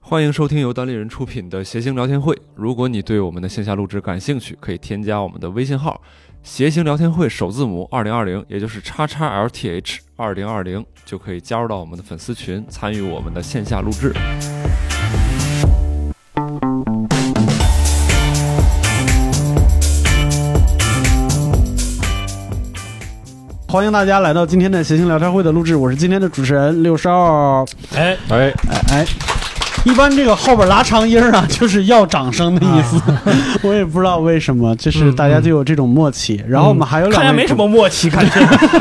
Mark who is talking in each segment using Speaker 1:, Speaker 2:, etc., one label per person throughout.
Speaker 1: 欢迎收听由单立人出品的《谐星聊天会》。如果你对我们的线下录制感兴趣，可以添加我们的微信号“谐星聊天会”首字母二零二零，也就是叉叉 LTH 二零二零，就可以加入到我们的粉丝群，参与我们的线下录制。
Speaker 2: 欢迎大家来到今天的谐星聊天会的录制，我是今天的主持人六少。
Speaker 3: 哎，
Speaker 1: 哎，
Speaker 2: 哎哎，一般 这个后边拉长音儿啊，就是要掌声的意
Speaker 3: 啊
Speaker 2: 思。我也不知道为什么，就是大家就有这种默契。然后我们还有
Speaker 3: 嗯
Speaker 2: 两
Speaker 3: 看
Speaker 2: 位，
Speaker 3: 来没什。么默契，感 觉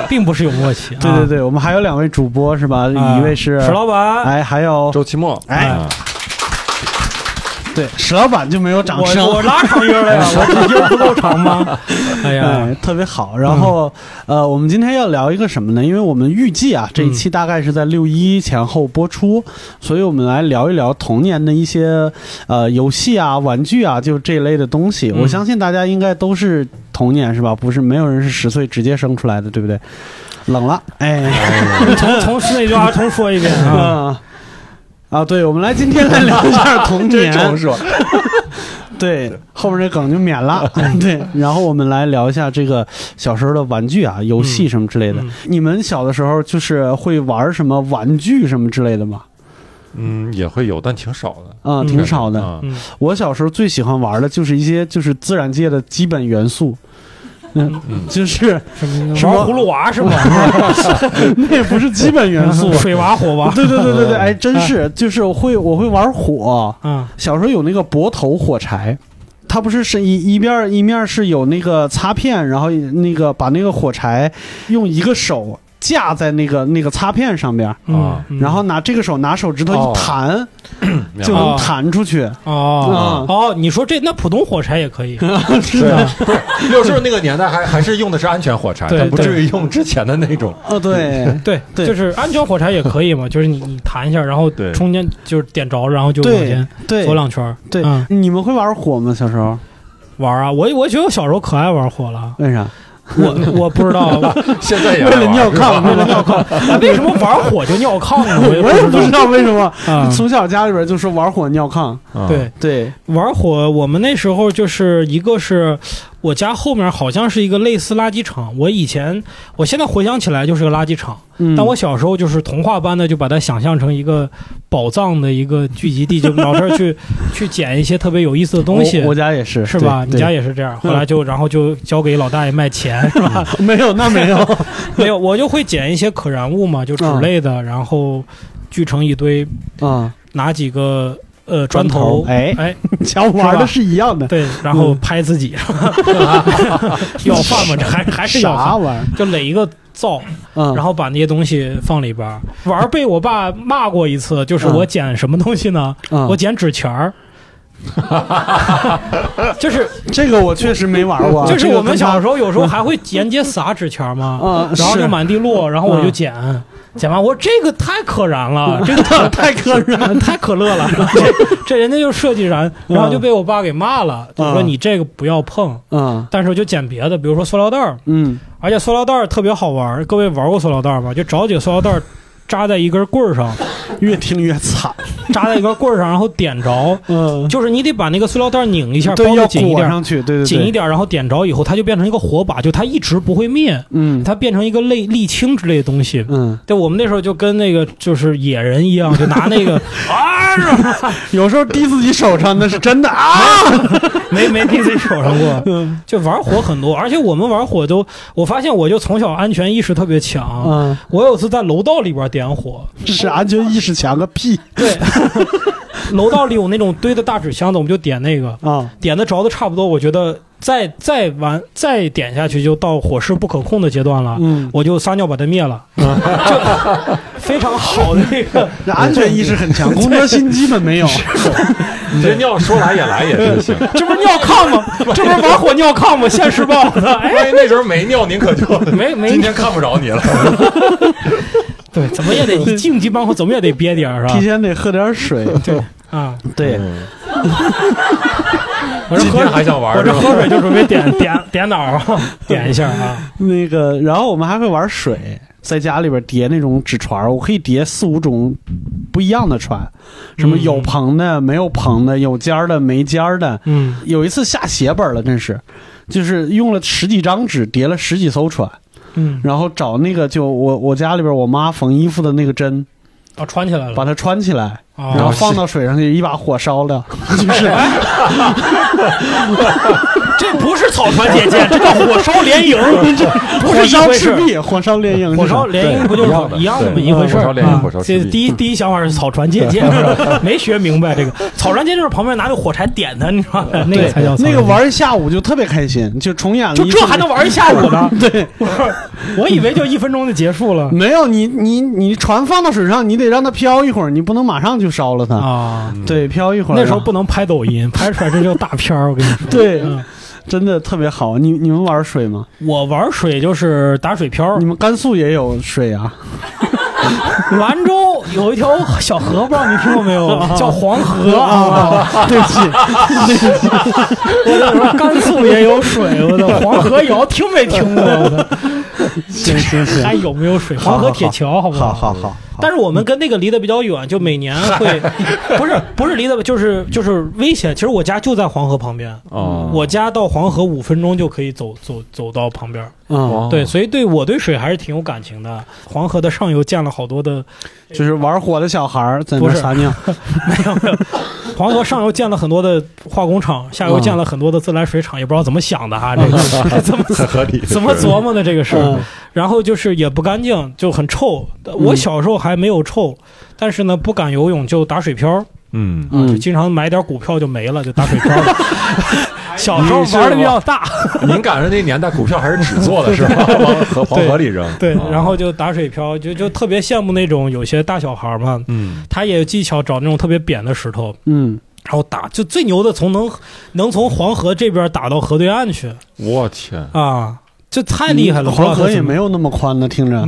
Speaker 3: 并不是有默契。
Speaker 2: 对对对，我们还有两位主播是吧？
Speaker 3: 啊，
Speaker 2: 一位是
Speaker 3: 石老板，
Speaker 2: 哎，还有
Speaker 4: 周奇墨，
Speaker 2: 哎
Speaker 4: 啊，
Speaker 2: 对石老板就没有掌声
Speaker 3: 我，我拉长音儿了 呀，我这音儿不够长吗？哎呀，
Speaker 2: 哎，特别好。然后，呃，我们今天要聊一个什么呢？因为我们预计啊，这一
Speaker 3: 嗯
Speaker 2: 期大概是在六一前后播出，所以我们来聊一聊童年的一些呃游戏啊、玩具啊，就这一类的东西。
Speaker 3: 嗯
Speaker 2: 我相信大家应该都是童年是吧？不是没有人是十岁直接生出来的，对不对？冷了，哎，
Speaker 3: 从从室内就儿童说一 遍啊。
Speaker 2: 啊啊，对，我们来今天来聊一下童
Speaker 4: 真
Speaker 2: 年。
Speaker 4: 成熟，
Speaker 2: 对，后面这梗就免了。对，然后我们来聊一下这个小时候的玩具啊、游戏什么之类的。
Speaker 3: 嗯
Speaker 2: 你们小的时候就是会玩什么玩具什么之类的吗？
Speaker 4: 嗯，也会有，但挺少的，
Speaker 2: 啊、
Speaker 3: 嗯
Speaker 2: 挺少的。
Speaker 4: 啊
Speaker 3: 嗯，
Speaker 2: 我小时候最喜欢玩的就是一些就是自然界的基本元素。嗯，就是什
Speaker 3: 玩
Speaker 2: 么
Speaker 3: 葫芦娃是吗？，
Speaker 2: 那也不是基本元素 啊
Speaker 3: 水娃、火娃，
Speaker 2: 对对对对对，
Speaker 3: 嗯
Speaker 2: 哎，真是，就是我会我会玩火，
Speaker 3: 啊，
Speaker 2: 小时候有那个博头火柴，它不是是一一边儿一面儿是有那个擦片，然后那个把那个火柴用一个手架在那个那个擦片上边儿，
Speaker 3: 嗯哦
Speaker 4: 啊，
Speaker 3: 嗯
Speaker 2: 然后拿这个手拿手指头一弹、嗯就
Speaker 4: 明白
Speaker 2: 能弹出去。
Speaker 3: 哦
Speaker 2: 嗯
Speaker 3: 啊哦，你说这那普通火柴也可以，
Speaker 2: 是的，
Speaker 4: 六叔那个年代还还是用的是安全火柴，
Speaker 3: 对。
Speaker 4: 但不至于用之前的那种。
Speaker 2: 哦对
Speaker 3: 对，
Speaker 2: 对
Speaker 3: 就是安全火柴也可以嘛，就是你你弹一下，然后
Speaker 4: 对
Speaker 3: 中间就是点着，然后就往
Speaker 2: 对
Speaker 3: 前
Speaker 2: 对
Speaker 3: 走两圈儿，
Speaker 2: 对、
Speaker 3: 嗯
Speaker 2: 你们会玩火吗？小时候
Speaker 3: 玩儿啊。我我觉得我小时候可爱玩火了，
Speaker 2: 为啥？
Speaker 3: 我我不知 道
Speaker 4: 现在也爱
Speaker 2: 为
Speaker 4: 玩
Speaker 2: 了尿
Speaker 4: 是吧
Speaker 2: 炕，为了尿炕。
Speaker 3: 啊为什么玩火就尿炕呢？
Speaker 2: 我也
Speaker 3: 也
Speaker 2: 不知道为什么，
Speaker 3: 啊。
Speaker 2: 从小家里边就说玩火尿炕。
Speaker 4: 啊
Speaker 3: 对，
Speaker 2: 对，
Speaker 3: 玩火，我们那时候就是一个是我家后面好像是一个类似垃圾场，我以前我现在回想起来就是个垃圾场，
Speaker 2: 嗯，
Speaker 3: 但我小时候就是童话般的就把它想象成一个宝藏的一个聚集地，就老这儿去去捡一些特别有意思的东西
Speaker 2: 我，我家也是，
Speaker 3: 是吧？
Speaker 2: 对
Speaker 3: 你家也是这样，后来就然后就交给老大爷卖钱，是吧？
Speaker 2: 对 没有？那没有。 嗯
Speaker 3: 没有，我就会捡一些可燃物嘛，就纸类的，然后聚成一堆，
Speaker 2: 啊，
Speaker 3: 拿几个呃砖头，
Speaker 2: 哎，
Speaker 3: 哎，
Speaker 2: 瞧玩的是一样的，嗯
Speaker 3: 对，然后拍自己，要饭嘛，这还还是要
Speaker 2: 啥
Speaker 3: 饭，
Speaker 2: 玩意儿？
Speaker 3: 就垒一个灶，
Speaker 2: 嗯，
Speaker 3: 然后把那些东西放里边儿。玩儿被我爸骂过一次，就是我捡什么东西呢？
Speaker 2: 嗯
Speaker 3: 我捡纸钱儿。 就是
Speaker 2: 这个我确实没玩过啊，
Speaker 3: 就是我们小时
Speaker 2: 候
Speaker 3: 候有时候还会沿街撒纸钱儿嘛，
Speaker 2: 啊，
Speaker 3: 然后就是满地落，然后我就捡，捡完我说这个太可燃了，这个
Speaker 2: 嗯
Speaker 3: 嗯
Speaker 2: 太可燃嗯了，
Speaker 3: 太可乐了，这这人家就设计燃，然后就被我爸给骂了，就说
Speaker 2: 嗯
Speaker 3: 你这个不要碰。
Speaker 2: 嗯
Speaker 3: 但是我就捡别的，比如说塑料袋儿，
Speaker 2: 嗯
Speaker 3: 而且塑料袋儿特别好玩儿。各位玩过塑料袋儿吗？就找几个塑料袋儿扎在一根棍儿上，
Speaker 2: 越听越惨，
Speaker 3: 扎在一根棍儿上，然后点着，
Speaker 2: 嗯，
Speaker 3: 就是你得把那个塑料袋儿拧一下，包
Speaker 2: 对，
Speaker 3: 的
Speaker 2: 要
Speaker 3: 紧一
Speaker 2: 裹
Speaker 3: 点儿，
Speaker 2: 上去，对对
Speaker 3: 紧一
Speaker 2: 对，
Speaker 3: 点儿，然后点着以后，它就变成一个火把，就它一直不会灭，
Speaker 2: 嗯
Speaker 3: 它变成一个类沥青之类的东西。
Speaker 2: 嗯，
Speaker 3: 对，我们那时候就跟那个就是野人一样，就拿 那个
Speaker 2: 啊有时候滴自己手上那是真的啊，
Speaker 3: 没没滴自己手 上过，
Speaker 2: 嗯
Speaker 3: 就玩火很多，而且我们玩火都，我发现我就从小安全意识特别强。
Speaker 2: 嗯，
Speaker 3: 我有次在楼道里边点火，
Speaker 2: 这是安全意识强个屁
Speaker 3: 对， 楼道里有那种堆的大纸箱子，我们就点那个，
Speaker 2: 啊，
Speaker 3: 点的着的差不多，我觉得再再完再点下去就到火势不可控的阶段了，
Speaker 2: 嗯，啊
Speaker 3: 我就撒尿把它灭了，就非常好的那 个。
Speaker 2: 这安全意识很 强，工作心基本没有，
Speaker 4: 你这尿说来也来也真哎行。
Speaker 3: 这不是尿炕吗？这不是玩火尿炕吗？现实报的，哎，
Speaker 4: 万一那时候没尿，您可就
Speaker 3: 没没
Speaker 4: 今天看不着你了。
Speaker 3: 对， 怎么 也得竞技办火，怎么也得憋点儿
Speaker 2: 提
Speaker 3: 是吧？
Speaker 2: 前得喝点水，
Speaker 3: 对啊，
Speaker 2: 对，
Speaker 3: 我这
Speaker 4: 今
Speaker 3: 喝
Speaker 4: 天还想玩
Speaker 3: 我这
Speaker 4: 是吧
Speaker 3: 喝 水就准备点点点哪儿啊？点一下啊！
Speaker 2: 那个，然后我们还会玩水，在家里边叠那种纸船儿，我可以叠四五种不一样的船，什么
Speaker 3: 嗯
Speaker 2: 有棚的、没有棚的，有尖儿的、没尖儿的。
Speaker 3: 嗯，
Speaker 2: 有一次下血本了，真是，就是用了十几张纸叠了十几艘船，
Speaker 3: 嗯，
Speaker 2: 然后找那个就我我家里边我妈缝衣服的那个针，
Speaker 3: 哦，穿起来了
Speaker 2: 把，它穿起来，
Speaker 3: 哦
Speaker 2: 然后放到水上去，一把火烧的， 就是。
Speaker 3: 这不是草船借箭，这叫火烧连 营， 这不
Speaker 2: 火
Speaker 3: 是一
Speaker 2: 烧
Speaker 3: 回
Speaker 2: 赤
Speaker 3: 事儿。
Speaker 2: 壁，火烧连营，
Speaker 3: 火烧连营不就是一样的吗？一回事
Speaker 4: 嗯火烧
Speaker 3: 儿
Speaker 4: 连营
Speaker 3: 啊
Speaker 4: 火烧赤
Speaker 3: 这
Speaker 4: 壁
Speaker 3: 第一第一想法是草船 借箭，没学明白这个。草船借箭就是旁边拿那火柴点它，你知道吗？那个才叫草船
Speaker 2: 那
Speaker 3: 借
Speaker 2: 个
Speaker 3: 箭
Speaker 2: 玩一下午就特别开心，就重演了一
Speaker 3: 就
Speaker 2: 次。
Speaker 3: 这还能玩一下午呢？
Speaker 2: 对，
Speaker 3: 不是， 我以为就一分钟就结束了
Speaker 2: 没有你你你船放到水上，你得让它飘一会儿，你不能马上就烧了它。
Speaker 3: 啊。
Speaker 2: 对，飘一会儿。
Speaker 3: 那时候不能拍抖音，拍出来这叫大片儿。我跟你说，
Speaker 2: 对
Speaker 3: 嗯
Speaker 2: 真的特别好。你你们玩水吗？
Speaker 3: 我玩水就是打水漂儿
Speaker 2: 你。们甘肃也有水啊？
Speaker 3: 兰州有一条小河，不知道你听过没 有？叫黄河啊。
Speaker 2: 啊，对不起，
Speaker 3: 我跟你说，甘肃也有水，我的 哦黄河谣听没听 过？我的
Speaker 2: 行行行，
Speaker 3: 还有没有水？黄河铁桥，好不
Speaker 2: 好好好。
Speaker 3: 但是我们跟那个离得比较远，就每年 会，不是不是离得，就是就是危险。其实我家就在黄河旁边，
Speaker 4: 哦
Speaker 3: 我家到黄河五分钟就可以走走走到旁边。
Speaker 2: 嗯，
Speaker 3: 对，所以对我对水还是挺有感情的。黄河的上游建了好多的，
Speaker 2: 就是玩火的小孩儿在那
Speaker 3: 不是
Speaker 2: 撒尿，
Speaker 3: 黄河上游建了很多的化工厂，下
Speaker 2: 嗯
Speaker 3: 游建了很多的自来水厂，也不知道怎么想的哈， 这个 这 怎么
Speaker 4: 很合理，
Speaker 3: 怎么琢磨的这个事儿
Speaker 2: 嗯。
Speaker 3: 然后就是也不干净，就很臭。我小时候还没有臭，但是呢不敢游泳就打水漂儿，
Speaker 4: 嗯，
Speaker 3: 啊，就
Speaker 2: 嗯，
Speaker 3: 经常买点股票就没了，就打水漂儿了。 小时候玩的比较大，
Speaker 4: 您赶上那年代股票还是纸做 的是吧？往河黄河里扔，
Speaker 3: 对，
Speaker 4: 哦
Speaker 3: 然后就打水漂，就就特别羡慕那种有些大小孩儿嘛，
Speaker 4: 嗯，
Speaker 3: 他也有技巧找那种特别扁的石头，
Speaker 2: 嗯，
Speaker 3: 然后打，就最牛的从能能从黄河这边打到河对岸去
Speaker 4: 我天，
Speaker 3: 啊，这太厉
Speaker 4: 嗯
Speaker 3: 害了。
Speaker 2: 黄河也没
Speaker 3: 有
Speaker 2: 有那么宽呢，听着。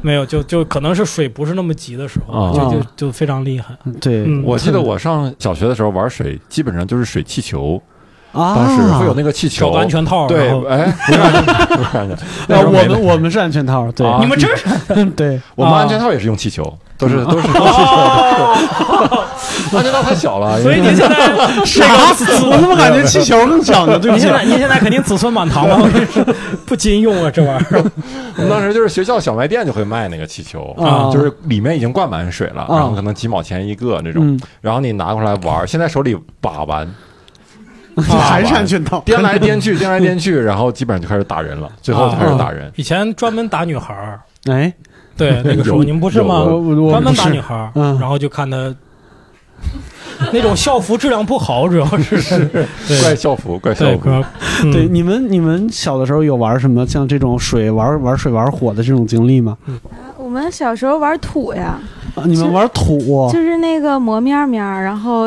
Speaker 3: 没有，就就可能是水不是那么急的时候，
Speaker 4: 啊
Speaker 3: 就就就非常厉害。
Speaker 2: 对
Speaker 3: 嗯，
Speaker 4: 我记得我上小学的时候玩水，基本上就是水气球，
Speaker 2: 啊，
Speaker 4: 当时会有那个气
Speaker 3: 找
Speaker 4: 球
Speaker 3: 个安全套，
Speaker 4: 对
Speaker 3: 然，后
Speaker 4: 哎， 不是安全套不是安全套，那
Speaker 2: 啊，
Speaker 4: 时候
Speaker 2: 我
Speaker 4: 没
Speaker 2: 们我们是安全套，对
Speaker 4: 啊
Speaker 3: 你们真是
Speaker 2: 对，嗯
Speaker 4: 我们
Speaker 3: 啊
Speaker 4: 安全套也是用气球，都是都是用气 球，安全套太小了，
Speaker 3: 所以
Speaker 4: 因为
Speaker 3: 您 现在
Speaker 2: 啥？我怎么感觉气球更小呢？对不
Speaker 3: 您
Speaker 2: 起啊
Speaker 3: 现，在您现在肯定子孙满堂了，我跟你说 不禁用啊这玩意儿。
Speaker 4: 我们当时就是学校小卖店就会卖那个气球，
Speaker 2: 啊
Speaker 4: 就是里面已经灌满水了，
Speaker 2: 啊
Speaker 4: 然后可能几毛钱一个那种
Speaker 2: 嗯，
Speaker 4: 然后你拿过来玩儿，现在手里把玩，
Speaker 2: 还是安全套。
Speaker 4: 颠来颠去，颠来颠去，然后基本上就开始打人了，最后就开始打人。
Speaker 3: 哦以前专门打女孩儿，
Speaker 2: 啊哎，
Speaker 3: 对那个时候
Speaker 4: 有
Speaker 3: 你们不是
Speaker 4: 啊
Speaker 3: 吗
Speaker 4: 有？
Speaker 2: 我我我
Speaker 3: 专门
Speaker 2: 不
Speaker 3: 打女
Speaker 2: 是，
Speaker 3: 孩儿，
Speaker 2: 嗯
Speaker 3: 然后就看她那种校服质量不好，主要是是
Speaker 4: 怪
Speaker 3: 对
Speaker 4: 校服，怪校
Speaker 3: 对，
Speaker 4: 服。
Speaker 3: 可嗯
Speaker 2: 对你们你们小的时候有玩什么像这种水玩玩水玩火的这种经历吗？
Speaker 3: 嗯
Speaker 5: 我们小时候玩土呀，
Speaker 2: 啊你
Speaker 5: 就
Speaker 2: 们玩土
Speaker 5: 就是那个磨面面儿，然后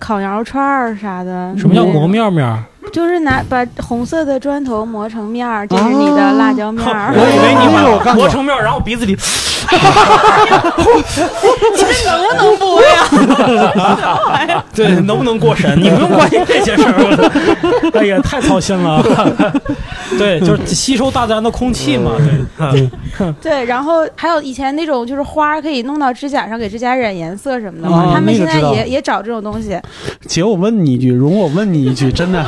Speaker 5: 烤羊肉串儿啥的。
Speaker 3: 什么叫磨？面面儿？
Speaker 5: 就是拿把红色的砖头磨成面儿，这是你的辣椒面儿。
Speaker 3: 啊 我以为你
Speaker 2: 那个我
Speaker 3: 把
Speaker 2: 干过
Speaker 3: 磨 成面儿，然后鼻子里
Speaker 5: 能不能不呀？
Speaker 3: 对能不能过审？你不用关心这些事儿。哎呀，太操心了。 对，就是吸收大自然的空气嘛。
Speaker 2: 嗯
Speaker 3: 对，
Speaker 5: 对，然后还有以前那种就是花儿可以弄到指甲上，给指甲染颜色什么的
Speaker 2: 啊
Speaker 5: 嘛。他们
Speaker 2: 那个
Speaker 5: 现在
Speaker 2: 知道
Speaker 5: 也也找这种东西。
Speaker 2: 姐，我问你一句，容我问你一 句，真的，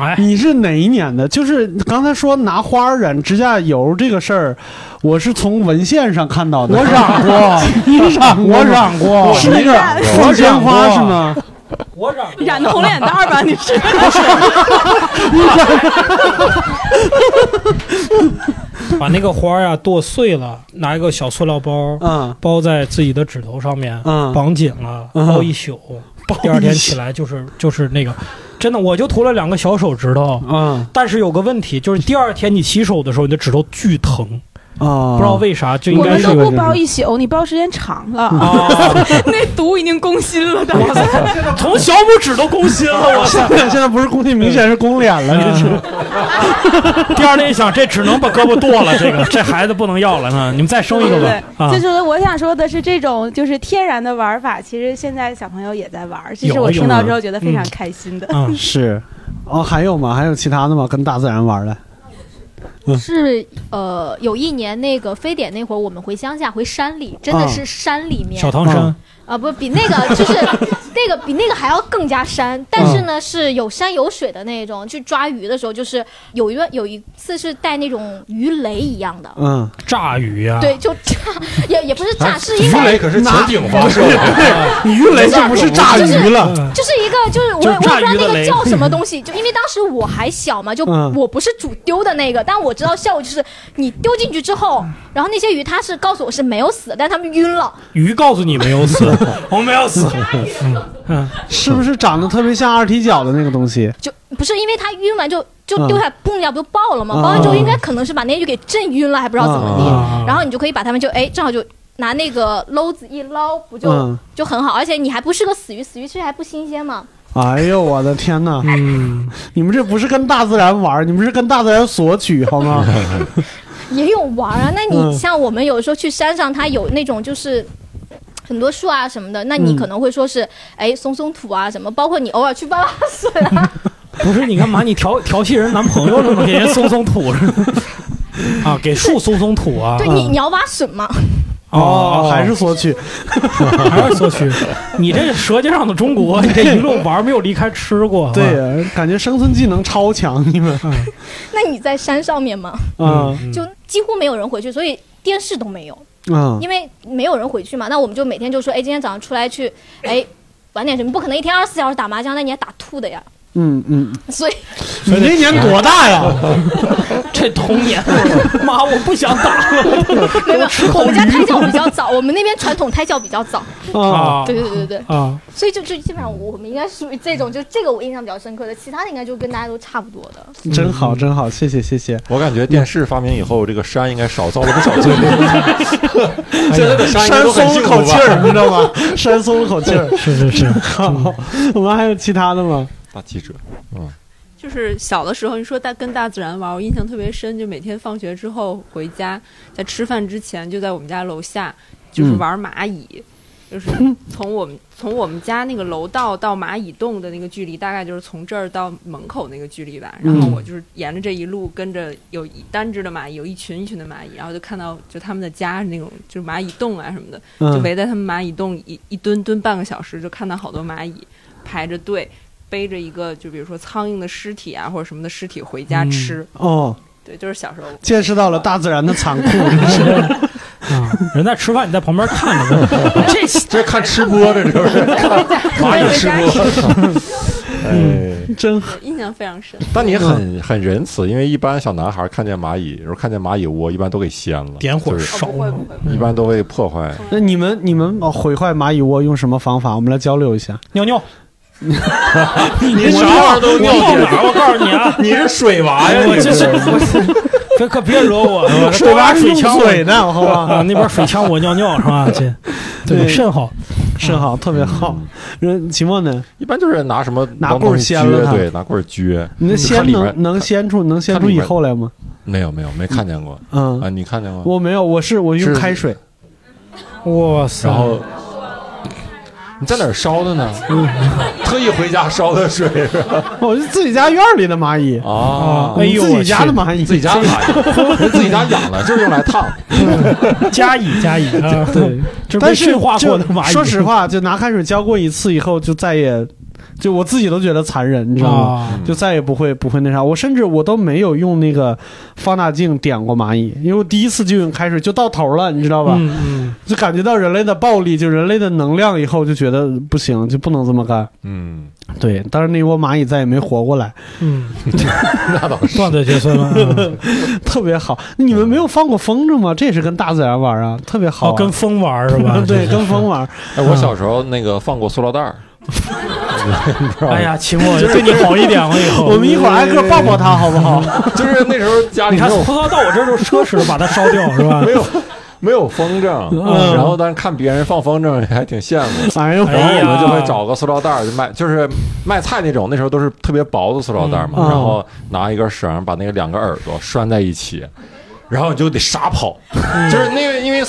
Speaker 3: 哎，
Speaker 2: 你是哪一年的？就是刚才说拿花染指甲油这个事儿，我是从文献上看到的。
Speaker 6: 我染过，
Speaker 2: 你染 过吗？
Speaker 6: 我染过，
Speaker 2: 是那个
Speaker 5: 染
Speaker 2: 凤仙花是吗？
Speaker 3: 我染
Speaker 5: 染 的红脸蛋 儿吧？你是？
Speaker 3: 把那个花儿呀剁碎了，拿一个小塑料包
Speaker 2: 嗯，
Speaker 3: 包在自己的指头上面，
Speaker 2: 嗯
Speaker 3: 绑紧了，
Speaker 2: 嗯
Speaker 3: 包一宿，
Speaker 2: 包
Speaker 3: 第二天
Speaker 2: 一
Speaker 3: 起来就是就是那个，真的我就涂了两个小手指头。
Speaker 2: 嗯
Speaker 3: 但是有个问题，就是第二天你洗手的时候，你的指头巨疼，
Speaker 2: 啊，
Speaker 3: 不知道为啥，就应
Speaker 5: 我
Speaker 3: 该
Speaker 5: 们
Speaker 3: 是
Speaker 5: 都不
Speaker 2: 这个
Speaker 5: 包一宿，你包时间长了，
Speaker 3: 啊，
Speaker 5: 那毒已经攻心了。当 时
Speaker 3: 从小拇指都攻心了，我操！嗯
Speaker 2: 现在现在不是攻击，明显是攻脸了，这是。
Speaker 3: 第二天一想，这只能把胳膊剁了，这个这孩子不能要了呢，你们再生一个吧啊
Speaker 5: 就！是我想说的是，这种就是天然的玩法，其实现在小朋友也在玩儿。这是
Speaker 3: 有
Speaker 5: 我
Speaker 3: 有
Speaker 5: 听到
Speaker 3: 有
Speaker 5: 之后觉得非常
Speaker 3: 嗯
Speaker 5: 开心的。
Speaker 3: 啊，
Speaker 2: 是，哦，还有吗？还有其他的吗？跟大自然玩的？嗯
Speaker 6: 是呃有一年那个非典那会儿，我们回乡下回山里，真的
Speaker 2: 啊
Speaker 6: 是山里面
Speaker 3: 小唐山
Speaker 6: 啊，不比那个就是那个比那个还要更加山，但是呢是有山有水的那种。去抓鱼的时候，就是有一个有一次是带那种鱼雷一样的，
Speaker 2: 嗯，
Speaker 3: 炸鱼呀，
Speaker 6: 对，就炸 也也不是炸，是应
Speaker 4: 啊鱼
Speaker 6: 该
Speaker 4: 雷可是潜艇发 射的，
Speaker 2: 你鱼雷 这不是炸鱼了，
Speaker 3: 嗯
Speaker 6: 就是一个，就是我
Speaker 3: 就
Speaker 6: 我也
Speaker 3: 是
Speaker 6: 不
Speaker 3: 炸
Speaker 6: 知道
Speaker 3: 鱼的
Speaker 6: 那个
Speaker 3: 雷
Speaker 6: 叫什么东西，就因为当时我还小嘛，就
Speaker 2: 嗯
Speaker 6: 我不是主丢的那个，但我知道效果就是你丢进去之后，然后那些鱼它是告诉我是没有死的，但它们晕了，
Speaker 3: 鱼告诉你没有死， 我没有死，
Speaker 2: 是不是长得特别像二踢脚的那个东西？
Speaker 6: 就不是因为它晕完就就
Speaker 2: 嗯
Speaker 6: 丢下来，嘣一下不就爆了吗？
Speaker 2: 啊
Speaker 6: 爆完之后应该可能是把那鱼给震晕了，还不知道怎么
Speaker 2: 啊
Speaker 6: 地，然后你就可以把它们就哎正好就。拿那个篓子一捞，不就、
Speaker 2: 嗯
Speaker 6: 就很好？而且你还不是个死鱼，死鱼其实还不新鲜嘛。
Speaker 2: 哎呦我的天哪！
Speaker 3: 嗯，
Speaker 2: 你们这不是跟大自然玩，你们是跟大自然索取好吗？
Speaker 6: 也有玩儿啊。那
Speaker 2: 嗯
Speaker 6: 你像我们有时候去山上，它有那种就是。很多树啊什么的，那你
Speaker 2: 嗯
Speaker 6: 可能会说是，哎，松松土啊什么，包括你偶尔去挖挖水啊，
Speaker 3: 不是你干嘛？你调调戏人男朋友了吗？给人松松土 是吧啊，给树松松土啊，
Speaker 6: 对你你要挖笋嘛，
Speaker 3: 哦，
Speaker 2: 还是索取，
Speaker 3: 还是社区。你这舌尖上的中 国，你这一路玩儿没有离开吃过，好吧，
Speaker 2: 对，感觉生存技能超强，你们
Speaker 6: 那你在山上面嘛，
Speaker 2: 啊
Speaker 3: 嗯，
Speaker 6: 就几乎没有人回去，所以电视都没有，
Speaker 2: 啊
Speaker 6: 因为没有人回去嘛。那我们就每天就说，哎，今天早上出来去，哎，玩点什么，不可能一天二十四小时打麻将，那你还打吐的呀。
Speaker 2: 嗯嗯，
Speaker 6: 所以
Speaker 2: 你那年多大呀？
Speaker 3: 这童 年，妈，我不想打了
Speaker 6: 没
Speaker 3: 哦
Speaker 6: 有，没有我们家胎教比较早，我们那边传统胎教比较早，
Speaker 3: 哦
Speaker 2: 啊，
Speaker 6: 对对对对对。
Speaker 3: 啊！
Speaker 6: 所以就就基本上我们应该属于这种，就这个我印象比较深刻的，其他的应该就跟大家都差不多的。
Speaker 2: 嗯真好真好，谢谢谢谢。
Speaker 4: 我感觉电视发明以后，这个山应该少造了不少 罪。现在的山应该
Speaker 2: 山
Speaker 4: 都很
Speaker 2: 松
Speaker 4: 幸
Speaker 2: 了口
Speaker 4: 福
Speaker 2: 气
Speaker 4: 吧？
Speaker 2: 儿，你知道吗？山松了口气儿。
Speaker 3: 是是是，
Speaker 2: 好，我们还有其他的吗？
Speaker 4: 大记者，
Speaker 2: 嗯
Speaker 7: 就是小的时候，你说大跟大自然玩，我印象特别深，就每天放学之后回家，在吃饭之前就在我们家楼下就是玩蚂
Speaker 2: 嗯
Speaker 7: 蚁，就是从我们 从我们家那个楼道到蚂蚁洞的那个距离，大概就是从这儿到门口那个距离吧。然后
Speaker 2: 嗯
Speaker 7: 我就是沿着这一路跟着有一单只的蚂蚁，有一群一群的蚂蚁，然后就看到就他们的家那种就是蚂蚁洞啊什么的，就
Speaker 2: 嗯
Speaker 7: 围在他们蚂蚁洞一一蹲蹲半个小时，就看到好多蚂蚁排着队，背着一个就比如说苍蝇的尸体啊或者什么的尸体回家吃。
Speaker 2: 哦，
Speaker 7: 对，就是小时候
Speaker 2: 见识到了大自然的残酷。
Speaker 3: 啊，人在吃饭，你在旁边看着 呢， 这
Speaker 4: 这看吃播，这 就是蚂蚁吃播。 哎，
Speaker 2: 真
Speaker 7: 对印象非常深。
Speaker 4: 但你
Speaker 2: 嗯
Speaker 4: 很很仁慈，因为一般小男孩看见蚂蚁，然后看见蚂蚁窝，一般都给掀了，
Speaker 3: 点火
Speaker 4: 就是
Speaker 3: 烧
Speaker 7: 哦不会
Speaker 3: 嘛
Speaker 7: 不会，
Speaker 4: 一般都会破坏。
Speaker 2: 那你们你们呃毁坏蚂蚁窝用什么方法？我们来交流一下。
Speaker 3: 尿尿，
Speaker 4: 你啥玩意儿都
Speaker 3: 我
Speaker 4: 尿
Speaker 3: 到
Speaker 4: 点
Speaker 3: 哪儿？我告诉你啊，哎
Speaker 4: 你是水娃呀？
Speaker 3: 我
Speaker 4: 你
Speaker 3: 这是我，这 可别惹
Speaker 2: 啊
Speaker 3: 我，我这对吧？水枪
Speaker 2: 入
Speaker 3: 我
Speaker 2: 嘴呢，好
Speaker 3: 啊，
Speaker 2: 吧？
Speaker 3: 那边水 枪我尿尿是吧？这
Speaker 2: 对
Speaker 3: 甚好，嗯
Speaker 2: 是好，特别好。人秦墨呢？
Speaker 4: 一般就是拿什么
Speaker 2: 拿棍儿掀了
Speaker 4: 撅，
Speaker 2: 它
Speaker 4: 对，拿棍儿撅。
Speaker 2: 你那
Speaker 4: 它
Speaker 2: 先
Speaker 4: 嗯里边
Speaker 2: 能能先出能先
Speaker 4: 它
Speaker 2: 出
Speaker 4: 里
Speaker 2: 以
Speaker 4: 边
Speaker 2: 后来吗？
Speaker 4: 没有没有没看见过啊，
Speaker 2: 嗯，
Speaker 4: 你看见过？
Speaker 2: 我没有，我是我用
Speaker 4: 是
Speaker 2: 开水。
Speaker 3: 哇塞！
Speaker 4: 然后你在哪儿烧的呢？特意回家烧的水是吧？
Speaker 2: 我嗯哦是自己家院里的蚂蚁，哦
Speaker 4: 啊
Speaker 3: 哎呦
Speaker 2: 自
Speaker 3: 我
Speaker 2: 己家
Speaker 3: 去
Speaker 2: 的蚂蚁，
Speaker 4: 自己家养 的，自己家养的，就是用来烫。
Speaker 3: 加以加以啊，
Speaker 2: 嗯对，
Speaker 3: 这被
Speaker 2: 但是
Speaker 3: 驯化过的
Speaker 2: 就
Speaker 3: 蚂蚁，
Speaker 2: 说实话，就拿开水浇过一次以后，就再也就我自己都觉得残忍，你知道吗？
Speaker 3: 啊，
Speaker 2: 就再也不会不会那啥，我甚至我都没有用那个放大镜点过蚂蚁，因为我第一次就用开水就到头了，你知道吧？
Speaker 3: 嗯嗯，
Speaker 2: 就感觉到人类的暴力，就人类的能量以后，就觉得不行，就不能这么干。
Speaker 4: 嗯，
Speaker 2: 对，但是那窝蚂蚁再也没活过来，
Speaker 3: 嗯，
Speaker 4: 那倒是。
Speaker 3: 断子绝 孙了。嗯
Speaker 2: 特别好。那你们没有放过风筝吗？这也是跟大自然玩啊，特别好、？
Speaker 3: 哦，跟风玩儿是吧
Speaker 2: 对，跟风玩。
Speaker 4: 哎，我小时候那个放过塑料袋儿，你知道吗
Speaker 3: 哎呀，秦墨，就对你好一点了以后。
Speaker 2: 我们一会儿挨个抱抱它，好不好？
Speaker 4: 就是那时候家里
Speaker 3: 你
Speaker 4: 没
Speaker 3: 看
Speaker 4: 有
Speaker 3: 葡萄到我这儿就奢侈的把它烧掉是吧
Speaker 4: 没？有没有风筝，
Speaker 2: 嗯
Speaker 4: 然后但是看别人放风筝还挺羡慕。
Speaker 2: 哎呦，
Speaker 3: 哎呀
Speaker 4: 我们就会找个塑料袋儿就卖，就是卖菜那种，那时候都是特别薄的塑料袋儿嘛，
Speaker 2: 嗯
Speaker 4: 然后拿一根绳儿把那个两个耳朵拴在一起。然后你就得傻跑，
Speaker 2: 嗯
Speaker 4: 就是那个，因为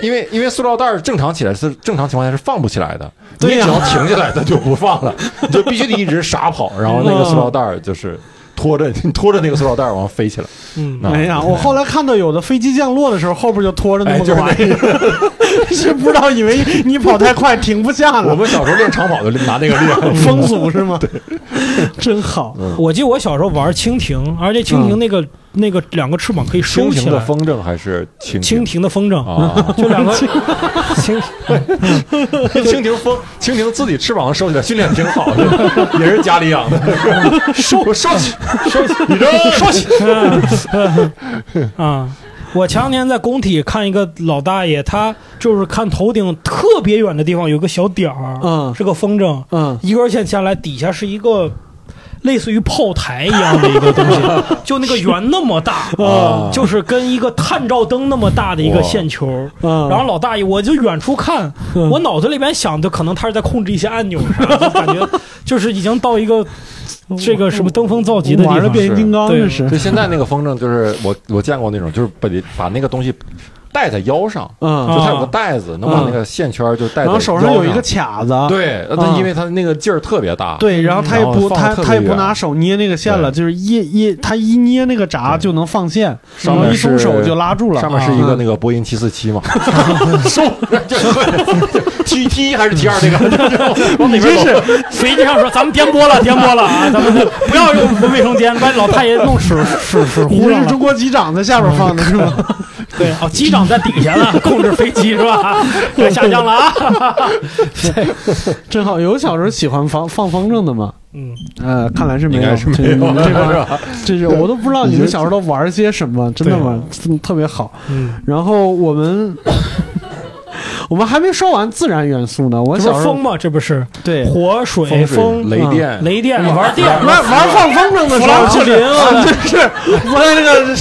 Speaker 4: 因为因为塑料袋儿正常起来是正常情况下是放不起来的，
Speaker 2: 对
Speaker 4: 你只
Speaker 2: 呀
Speaker 4: 要停下来它就不放了，你就必须得一直傻跑。然后那个塑料袋儿就是拖着拖着那个塑料袋儿往上飞起来。
Speaker 3: 嗯，
Speaker 4: 啊
Speaker 2: 哎呀，我后来看到有的飞机降落的时候，后边就拖着那
Speaker 4: 哎，
Speaker 2: 么
Speaker 4: 就
Speaker 2: 个
Speaker 4: 是
Speaker 2: 玩意
Speaker 4: 那个，
Speaker 2: 儿， 是不知道以为你跑太快停不下
Speaker 4: 我
Speaker 2: 了，
Speaker 4: 们小时候练长跑就拿那个 练。
Speaker 2: 风阻是吗？对，真好。
Speaker 3: 嗯
Speaker 4: 嗯
Speaker 2: 嗯
Speaker 3: 我记得我小时候玩蜻蜓，而且蜻蜓那个那个两个翅膀可以收
Speaker 4: 蜻
Speaker 3: 起
Speaker 4: 蜓的
Speaker 3: 来，
Speaker 4: 风筝还是蜻
Speaker 3: 蜻蜓的风筝
Speaker 4: 啊？
Speaker 3: 就两个蜻
Speaker 4: 蜻蜓风，蜻蜓自己翅膀收起来，训练挺好的，也是家里 养的。收收起，
Speaker 3: 收起
Speaker 4: 你扔。
Speaker 3: 收起 啊！我前两天在工体看一个老大爷，他就是看头顶特别远的地方有个小点儿，
Speaker 2: 嗯
Speaker 3: 是个风筝，
Speaker 2: 嗯，
Speaker 3: 一根线下来，底下是一个类似于炮台一样的一个东西， 就那个圆那么大，
Speaker 4: 啊
Speaker 3: 就是跟一个探照灯那么大的 一个线球。
Speaker 2: 嗯
Speaker 3: 然后老大爷，我就远处看，
Speaker 2: 嗯
Speaker 3: 我脑子里边想的可能他是在控制一些按钮啥 的，就感觉就是已经到一个这个什么登峰造极的地
Speaker 2: 玩的
Speaker 3: 方。
Speaker 2: 变形金刚
Speaker 3: 对
Speaker 2: 这是
Speaker 4: 就，现 在那个风筝，就是我我见过那种，就是把把那个东西戴在腰上，就
Speaker 2: 嗯，
Speaker 4: 它有个带子，能把那个线圈就戴在
Speaker 2: 然
Speaker 4: 腰
Speaker 2: 后手上有一个卡子，
Speaker 4: 对，
Speaker 2: 啊
Speaker 4: 它因为它那个劲儿特别大，嗯
Speaker 2: 对，然后他也
Speaker 4: 然后
Speaker 2: 不
Speaker 4: 放
Speaker 2: 他
Speaker 4: 得特别
Speaker 2: 他也不
Speaker 4: 远
Speaker 2: 拿手捏那个线了，
Speaker 4: 对
Speaker 2: 就是一一他一捏那个闸
Speaker 4: 对
Speaker 2: 就能放线，然
Speaker 4: 上
Speaker 2: 后
Speaker 4: 面
Speaker 2: 一松
Speaker 4: 是
Speaker 2: 手就拉住了。
Speaker 4: 上面是一
Speaker 2: 啊
Speaker 4: 个那个波音七四 七嘛， 收，就 T T 还是 T 二那个，往
Speaker 3: 你
Speaker 4: 里
Speaker 3: 真
Speaker 4: 边走。
Speaker 3: 是飞机上说咱们颠簸了，颠簸了 啊！咱们不要用卫生间，把老太爷弄水水水
Speaker 2: 你
Speaker 3: 糊
Speaker 2: 这
Speaker 3: 上
Speaker 2: 是
Speaker 3: 了
Speaker 2: 中。国机长在下边放的是吗？
Speaker 3: 对，哦，机长在底下 了，控制飞机是吧？该下降了啊！
Speaker 2: 真好，有小时候喜欢放放风筝的吗？
Speaker 3: 嗯，
Speaker 2: 呃，看来是没
Speaker 4: 应
Speaker 2: 有，
Speaker 4: 该是
Speaker 2: 这
Speaker 4: 没有
Speaker 2: 你们这
Speaker 4: 是
Speaker 2: 帮
Speaker 4: 吧？
Speaker 2: 这是我都不知道你们小时候都玩些什么，真的吗？嗯特别好。
Speaker 3: 嗯，
Speaker 2: 然后我们我们还没说完自然元素呢，我
Speaker 3: 这
Speaker 2: 小
Speaker 3: 不是
Speaker 2: 时候
Speaker 3: 风吗？这不是
Speaker 2: 对
Speaker 3: 火、水、
Speaker 4: 风
Speaker 3: 风、嗯
Speaker 4: 水雷电，嗯
Speaker 3: 雷电、玩电、
Speaker 2: 玩玩放风筝的时
Speaker 3: 弗朗
Speaker 2: 候，
Speaker 3: 克林
Speaker 2: 啊，就是我在那个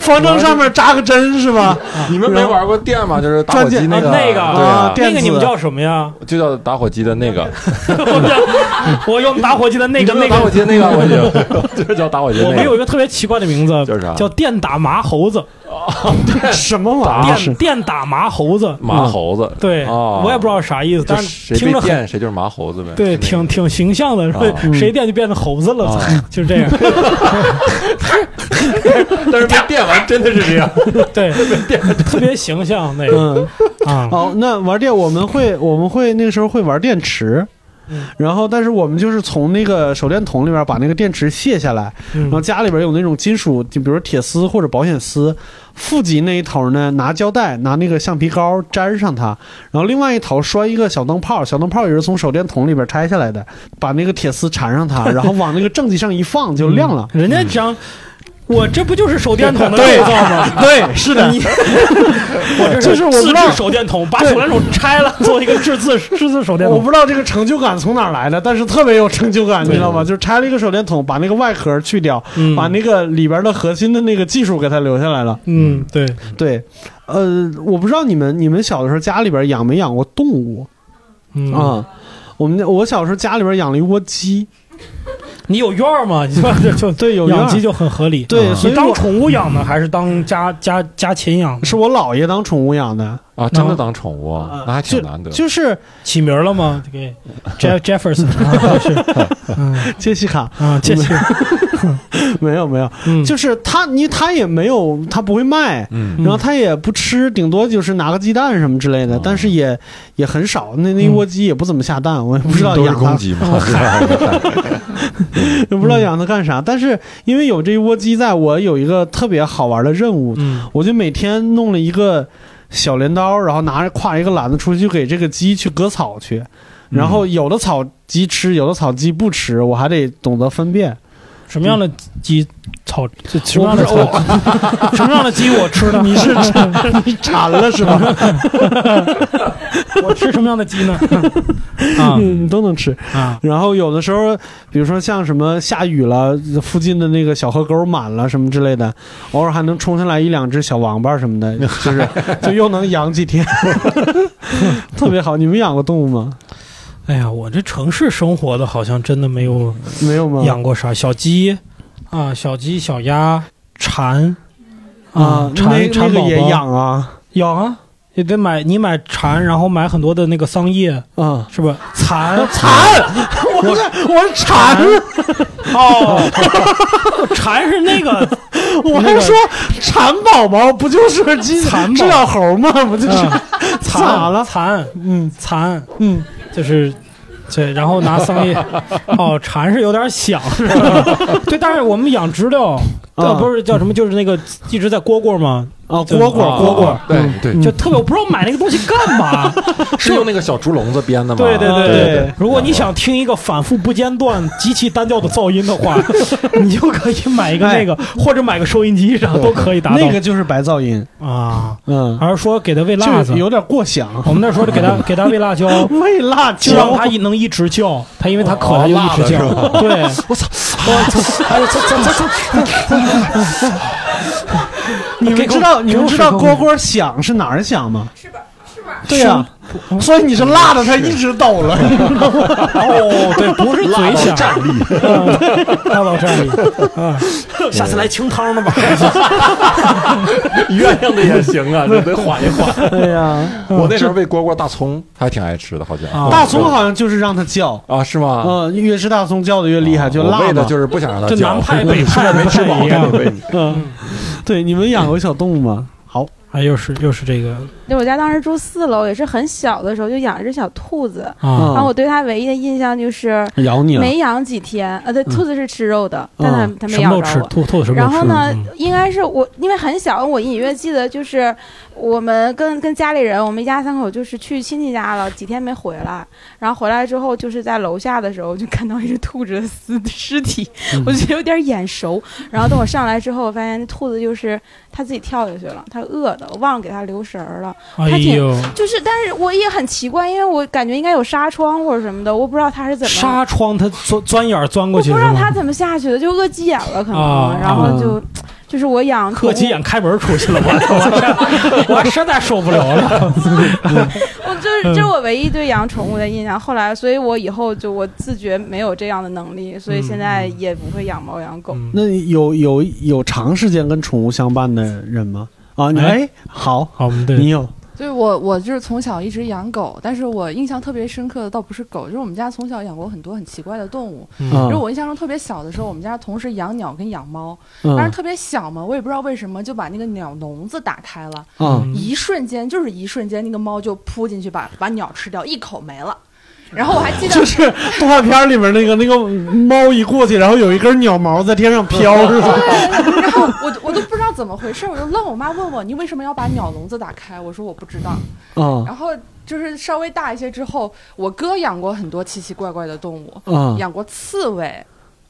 Speaker 2: 风筝上面扎个针是吧？
Speaker 4: 你们没玩过电吗？就是打火机
Speaker 2: 钻
Speaker 4: 个，
Speaker 3: 啊那
Speaker 4: 那
Speaker 3: 个
Speaker 4: 对
Speaker 2: 啊
Speaker 4: 啊，
Speaker 2: 电
Speaker 3: 那
Speaker 2: 子
Speaker 3: 个你们叫什么呀？
Speaker 4: 就叫打火机的那个，
Speaker 3: 我用打火机的那
Speaker 4: 你
Speaker 3: 个
Speaker 4: 知道
Speaker 3: 那
Speaker 4: 打火
Speaker 3: 个，
Speaker 4: 机的那个，我 就 就叫打火机那个。
Speaker 3: 我们有一个特别奇怪的名字，
Speaker 4: 叫啥哦
Speaker 3: 叫电打麻猴子，
Speaker 2: 什么玩意儿？
Speaker 3: 电电打麻猴子。
Speaker 4: 麻猴子，
Speaker 3: 对，
Speaker 4: 哦
Speaker 3: 我也不知道啥意思，
Speaker 4: 就
Speaker 3: 但是
Speaker 4: 谁
Speaker 3: 听
Speaker 4: 被
Speaker 3: 着很
Speaker 4: 电谁就是麻猴子呗。
Speaker 3: 对，
Speaker 4: 是那
Speaker 3: 挺
Speaker 4: 个
Speaker 3: 挺形象的，
Speaker 4: 啊
Speaker 2: 嗯
Speaker 3: 是吧谁电就变成猴子了，
Speaker 4: 啊
Speaker 3: 就是这样。
Speaker 4: 但是被电完真的是这样。
Speaker 3: 对， 特别形象那个
Speaker 2: 嗯，
Speaker 3: 啊，
Speaker 2: 哦，那玩电我们会，我们会那个时候会玩电池
Speaker 3: 嗯。
Speaker 2: 然后，但是我们就是从那个手电筒里面把那个电池卸下来，
Speaker 3: 嗯
Speaker 2: 然后家里边有那种金属，就比如铁丝或者保险丝，负极那一头呢拿胶带拿那个橡皮膏粘上它，然后另外一头拴一个小灯泡，小灯泡也是从手电筒里边拆下来的，把那个铁丝缠 上它，然后往那个正极上一放就亮了。
Speaker 3: 嗯人家讲。我这不就是手电筒的
Speaker 2: 对
Speaker 3: 构造 吗？
Speaker 2: 对，是的，
Speaker 3: 你 我这
Speaker 2: 就是我不
Speaker 3: 自
Speaker 2: 知道
Speaker 3: 制手电筒，把手电筒拆了，做一个 自制自制手电
Speaker 2: 我
Speaker 3: 筒。
Speaker 2: 不知道这个成就感从哪儿来的，但是特别有成就感，你
Speaker 3: 对
Speaker 2: 知道吗？就是拆了一个手电筒，把那个外壳去掉，
Speaker 3: 嗯
Speaker 2: 把那个里边的核心的那个技术给它留下来了。
Speaker 3: 嗯，对，
Speaker 2: 对，呃，我不知道你们你们小的时候家里边养没养过动物
Speaker 3: 嗯
Speaker 2: 啊、，我们那我小时候家里边养了一窝鸡，
Speaker 3: 你有院儿吗？你 说这就
Speaker 2: 对，有
Speaker 3: 养鸡
Speaker 2: 就
Speaker 3: 就很合理。嗯
Speaker 2: 对，
Speaker 4: 啊
Speaker 2: 所
Speaker 3: 你
Speaker 2: 以
Speaker 3: 当
Speaker 2: 我
Speaker 3: 宠物养
Speaker 4: 嗯
Speaker 3: 呢，还是当家家家禽养呢？
Speaker 2: 是我姥爷当宠物养的，
Speaker 4: 啊，真的当宠物，
Speaker 3: 啊
Speaker 4: 那还挺难得。
Speaker 2: 就是
Speaker 3: 起名儿了 吗？给 Jeff Jefferson 啊 是，嗯
Speaker 2: 杰西卡，
Speaker 3: 啊，这 是，
Speaker 2: 没有没有，
Speaker 3: 嗯，
Speaker 2: 就是他，你他也没有，他不会卖，
Speaker 4: 嗯
Speaker 3: 嗯
Speaker 2: 然后他也不吃，顶多就是拿个鸡蛋什么之类的，
Speaker 4: 哦
Speaker 2: 但是也也很少。那那一窝鸡也不怎么下蛋，我也不知道
Speaker 4: 都是
Speaker 2: 养它
Speaker 4: 公，鸡 嘛，
Speaker 2: 也不知道养它干啥。但是因为有这一窝鸡在，我有一个特别好玩的任务，
Speaker 3: 嗯
Speaker 2: 我就每天弄了一个小镰刀，然后拿着挎一个篮子出去给这个鸡去割草去。然后有的草鸡吃，有的草鸡不吃，我还得懂得分辨。
Speaker 3: 什么样的鸡草？这什么
Speaker 2: 我
Speaker 3: 样
Speaker 2: 不
Speaker 3: 的
Speaker 2: 是
Speaker 3: 草？什么样的鸡我吃呢？你是
Speaker 2: 馋了是吧？
Speaker 3: 我吃什么样的鸡呢？ 啊
Speaker 2: 嗯，都能吃。
Speaker 3: 啊，
Speaker 2: 然后有的时候，比如说像什么下雨了，附近的那个小河沟满了什么之类的，偶尔还能冲上来一两只小王八什么的，就是 就又能养 几天，特别好。你们养过动物吗？
Speaker 3: 哎呀，我这城市生活的好像真的没有
Speaker 2: 没有吗？
Speaker 3: 养过啥小鸡啊，小鸡、小鸭、蝉
Speaker 2: 啊，那
Speaker 3: 蝉
Speaker 2: 那
Speaker 3: 蝉
Speaker 2: 个
Speaker 3: 嗯宝宝
Speaker 2: 也养啊，
Speaker 3: 养啊，也得买你买蝉，然后买很多的那个桑叶，
Speaker 2: 啊，
Speaker 3: 是吧？ 蚕
Speaker 2: 馋，我是我是馋，
Speaker 3: 哦，蝉是那 个
Speaker 2: 我还说馋宝宝不就是鸡
Speaker 3: 馋宝
Speaker 2: 治疗猴吗？不就是
Speaker 3: 嗯
Speaker 2: 咋
Speaker 3: 蚕
Speaker 2: 了
Speaker 3: 蚕
Speaker 2: 嗯
Speaker 3: 蚕，
Speaker 2: 嗯，
Speaker 3: 就是。对，然后拿桑 叶，哦，蝉是有点响，是吧？对，但是我们养知了，呃，
Speaker 2: 啊
Speaker 3: 不是叫什么，就是那个一直在蝈蝈吗？
Speaker 2: 啊，
Speaker 3: 就
Speaker 2: 蝈蝈
Speaker 3: 啊
Speaker 2: 蝈蝈，
Speaker 4: 对对，
Speaker 3: 就特别，我不知道买那个东西干嘛。
Speaker 4: 是用那个小竹笼子编的吗？
Speaker 3: 对对
Speaker 2: 对
Speaker 3: 对
Speaker 2: 对
Speaker 3: 如果你想听一个反复不间断、极其单调的噪音的 话，你就可以买一个那个，或者买个收音机上都可以达到。
Speaker 2: 那个就是白噪音，
Speaker 3: 啊，
Speaker 2: 嗯，
Speaker 3: 还是说给它喂辣
Speaker 2: 就
Speaker 3: 子
Speaker 2: 是？有点过响，
Speaker 3: 我们那时候就给 它给它喂辣椒，
Speaker 2: 喂辣
Speaker 3: 就
Speaker 2: 椒
Speaker 3: 让，它一能一直叫，它因为它渴
Speaker 4: 哦
Speaker 3: 它就一
Speaker 4: 辣
Speaker 3: 直
Speaker 4: 的
Speaker 3: 叫
Speaker 4: 是。
Speaker 3: 对，
Speaker 4: 我操，
Speaker 3: 哎呀，这这这
Speaker 2: 你
Speaker 3: 给
Speaker 2: 们
Speaker 3: 我
Speaker 2: 知道你
Speaker 3: 给我
Speaker 2: 们知道
Speaker 3: 水
Speaker 2: 蝈
Speaker 3: 喝
Speaker 2: 蝈响是哪儿响吗？翅膀，翅膀。对呀，
Speaker 3: 是
Speaker 2: 所以你是辣的，它一直 抖了。
Speaker 3: 哦，对，不是嘴响，大到站立，
Speaker 4: 下次来清汤的
Speaker 3: 哎
Speaker 4: 吧。鸳鸯的也行 啊，这得缓一缓。
Speaker 3: 哎
Speaker 2: 对呀，
Speaker 4: 我那时候喂蝈蝈大葱，还挺爱吃的，好像
Speaker 3: 啊
Speaker 2: 大葱好像就是让它叫，
Speaker 4: 嗯啊是吗？哦
Speaker 2: 嗯，越是大葱叫的越厉害，就
Speaker 4: 我
Speaker 2: 辣
Speaker 4: 喂的
Speaker 2: 嘛。
Speaker 4: 就是不想让它
Speaker 3: 这
Speaker 4: 叫
Speaker 3: 南。派北派
Speaker 4: 没
Speaker 3: 不
Speaker 4: 吃
Speaker 3: 太
Speaker 4: 饱
Speaker 3: 一
Speaker 4: 该
Speaker 3: 样
Speaker 4: 得。喂。
Speaker 2: 嗯，对，你们养过小动物吗？好，
Speaker 3: 啊，又是又是这个
Speaker 5: 对，我家当时住四楼，也是很小的时候就养一只小兔子，
Speaker 3: 啊
Speaker 5: 然后我对它唯一的印象就是
Speaker 2: 咬你了，
Speaker 5: 没养几天，呃，对，兔子是吃肉的，但它它没
Speaker 3: 嗯哦什么
Speaker 5: 咬
Speaker 3: 都
Speaker 5: 着
Speaker 3: 吃，
Speaker 5: 我。
Speaker 3: 兔兔子什么都
Speaker 5: 然
Speaker 3: 吃。
Speaker 5: 后呢
Speaker 3: 嗯，
Speaker 5: 应该是我，因为很小，我隐约记得就是我们跟跟家里人，我们一家三口就是去亲戚家了，几天没回来，然后回来之后就是在楼下的时候就看到一只兔子的尸尸 体，我就觉得有点眼熟。然后等我上来之后，我发现兔子就是它自己跳下去了，它饿的，我忘了给它留食儿了。
Speaker 3: 哎
Speaker 5: 它挺
Speaker 3: 呦，
Speaker 5: 就是，但是我也很奇怪，因为我感觉应该有纱窗或者什么的，我不知道它是怎么
Speaker 3: 纱窗它钻钻眼儿钻
Speaker 5: 我
Speaker 3: 过去
Speaker 5: 不知
Speaker 3: 是
Speaker 5: 道它
Speaker 3: 吗？
Speaker 5: 怎么下去的，就饿急眼了可能，
Speaker 3: 啊
Speaker 5: 然后就、就是我养
Speaker 3: 客气
Speaker 5: 宠物
Speaker 3: 眼开门出去了，我 我实在受不了了。
Speaker 5: 我这这
Speaker 3: 嗯
Speaker 5: 是我唯一对养宠物的印象。后来，所以我以后就我自觉没有这样的能力，所以现在也不会养猫养狗。
Speaker 3: 嗯
Speaker 2: 那有有有长时间跟宠物相伴的人吗？啊，你
Speaker 3: 哎
Speaker 2: 哎，好，
Speaker 3: 好，我们
Speaker 2: 你
Speaker 3: 对
Speaker 2: 有
Speaker 8: 对我，我就是从小一直养狗，但是我印象特别深刻的倒不是狗，就是我们家从小养过很多很奇怪的动物。
Speaker 2: 啊
Speaker 8: 因为？我印象中特别小的时候，我们家同时养鸟跟养猫，但是
Speaker 2: 嗯
Speaker 8: 特别小嘛，我也不知道为什么就把那个鸟笼子打开了，
Speaker 2: 嗯，
Speaker 8: 一瞬间就是一瞬间，那个猫就扑进去把把鸟吃掉，一口没了。然后我还记 得，
Speaker 2: 就是动画片里面那个那个猫一过去，然后有一根鸟毛在天上飘，是吧？
Speaker 8: 对，然后我我都不知道怎么回事，我就愣。我妈问我你为什么要把鸟笼子打开，我说我不知道。
Speaker 2: 啊
Speaker 8: 然后就是稍微大一些之后，我哥养过很多奇奇怪怪的动物，
Speaker 2: 啊
Speaker 8: 养过刺猬，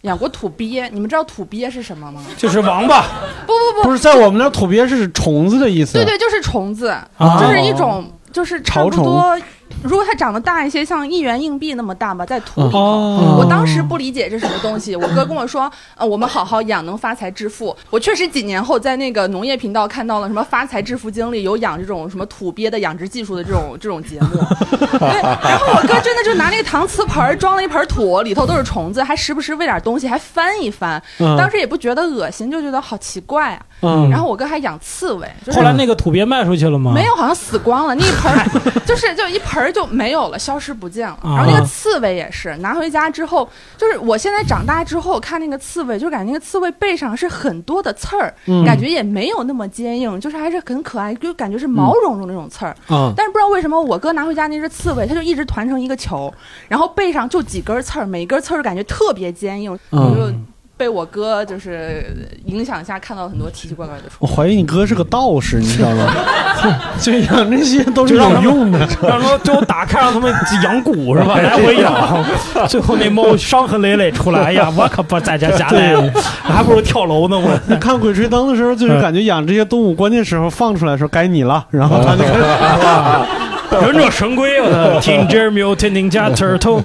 Speaker 8: 养过土鳖。你们知道土鳖是什么吗？
Speaker 3: 就是王八
Speaker 8: 不不不，
Speaker 2: 不是在我们那儿土鳖是虫子的意思，
Speaker 8: 对对，就是虫子，
Speaker 2: 啊
Speaker 8: 就是一种就是差不
Speaker 2: 潮
Speaker 8: 多，如果它长得大一些，像一元硬币那么大吧，在土里头。
Speaker 3: 嗯
Speaker 2: 哦
Speaker 8: 我当时不理解这是什么东西，我哥跟我说，呃，我们好好养能发财致富。我确实几年后在那个农业频道看到了什么发财致富经历，有养这种什么土鳖的养殖技术的这种这种节目。 对，然后我哥真的就拿那个搪瓷盆儿装了一盆土，里头都是虫子，还时不时喂点东西，还翻一翻。
Speaker 2: 嗯
Speaker 8: 当时也不觉得恶心，就觉得好奇怪啊。
Speaker 2: 嗯
Speaker 8: 然后我哥还养刺猬，就是
Speaker 3: 后来那个土鳖卖出去了吗？
Speaker 8: 没有，好像死光了。那一盆 儿就是就一盆儿就没有了，消失不见了。
Speaker 3: 啊
Speaker 8: 然后那个刺猬也是，拿回家之后，就是我现在长大之后看那个刺猬，就感觉那个刺猬背上是很多的刺儿，
Speaker 2: 嗯
Speaker 8: 感觉也没有那么坚硬，就是还是很可爱，就感觉是毛茸茸的那种刺儿。
Speaker 3: 嗯
Speaker 2: 啊
Speaker 8: 但是不知道为什么，我哥拿回家那只刺猬，它就一直团成一个球，然后背上就几根刺儿，每一根刺儿感觉特别坚硬，我就
Speaker 3: 嗯
Speaker 8: 被我哥就是影响下看到了很多奇奇怪怪的虫。
Speaker 2: 我怀疑你哥是个道士，你知道吗？ 就养这些都是
Speaker 3: 就让他
Speaker 2: 有
Speaker 3: 们
Speaker 2: 用的。
Speaker 3: 让他们最后打开，让他们养蛊 是吧？来回养，最后那猫伤痕累累出来，哎 呀，我可不在这家待了，还不如跳楼呢。我嗯
Speaker 2: 你看《鬼吹灯》的时候，就是感觉养这些动物，关键时候放出来的时候该你了，然后它 就开始
Speaker 3: 忍者神龟，啊我 的 Teenage Mutant Ninja Turtle，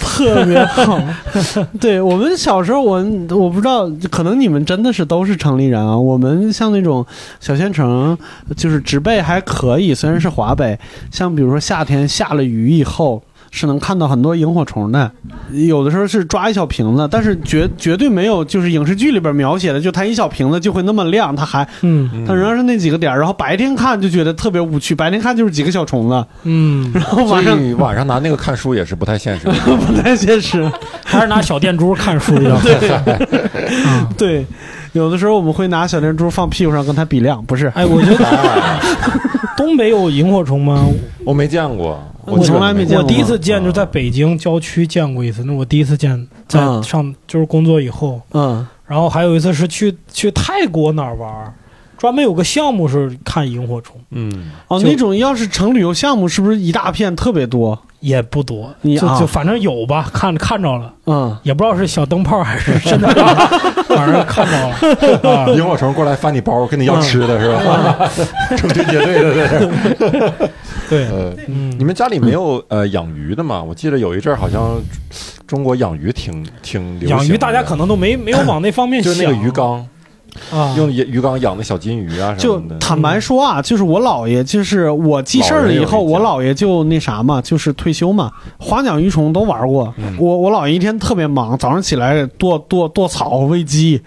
Speaker 2: 特别好。 对我们小时候我，我不知道，可能你们真的是都是城里人啊。我们像那种小县城，就是植被还可以，虽然是华北，像比如说夏天下了雨以后。是能看到很多萤火虫的，有的时候是抓一小瓶子，但是绝绝对没有就是影视剧里边描写的，就它一小瓶子就会那么亮，它还
Speaker 3: 嗯
Speaker 2: 它仍然是那几个点儿，然后白天看就觉得特别无趣，白天看就是几个小虫子，
Speaker 3: 嗯，
Speaker 2: 然后
Speaker 4: 所
Speaker 2: 晚上
Speaker 4: 以晚上拿那个看书也是不太现实的。
Speaker 2: 不太现实。
Speaker 3: 还是拿小电珠看书 一 样。嗯
Speaker 2: 对，有的时候我们会拿小电珠放屁股上跟它比量，不是，
Speaker 3: 哎，我觉 得 东北有萤火虫吗？
Speaker 4: 我没见过，
Speaker 2: 我
Speaker 4: 基本
Speaker 2: 从来没见
Speaker 3: 我
Speaker 2: 过
Speaker 3: 第一次见就在北京郊区见过一次，那我第一次见在
Speaker 2: 嗯
Speaker 3: 上就是工作以后，
Speaker 2: 嗯
Speaker 3: 然后还有一次是去去泰国哪儿玩儿，专门有个项目是看萤火虫，
Speaker 4: 嗯，
Speaker 2: 哦，
Speaker 3: 就
Speaker 2: 那种要是成旅游项目，是不是一大片特别多？
Speaker 3: 也不多，
Speaker 2: 你
Speaker 3: 就
Speaker 2: 啊
Speaker 3: 就反正有吧，看看着了，
Speaker 2: 嗯，
Speaker 3: 也不知道是 小灯泡还 是真的，反正看着了。啊
Speaker 4: 萤火虫过来翻你包，跟你
Speaker 2: 嗯
Speaker 4: 要吃的是 吧？成群结队的在这儿。
Speaker 3: 对，
Speaker 4: 呃，
Speaker 3: 嗯，
Speaker 4: 你们家里没有呃养鱼的吗？我记得有一阵儿好像中国养鱼挺挺流行的
Speaker 3: 养鱼大家可能都没没有往那方面
Speaker 4: 就
Speaker 3: 想，
Speaker 4: 是那个鱼缸，
Speaker 3: 啊，
Speaker 4: 用鱼鱼缸养的小金鱼啊什
Speaker 2: 就
Speaker 4: 么的。
Speaker 2: 坦白说啊，就是我姥爷，就是我记事儿了以后，
Speaker 4: 老人有意见
Speaker 2: 我姥爷就那啥嘛，就是退休嘛，花鸟鱼虫都玩过。
Speaker 4: 嗯
Speaker 2: 我我姥爷一天特别忙，早上起来剁剁剁草喂鸡，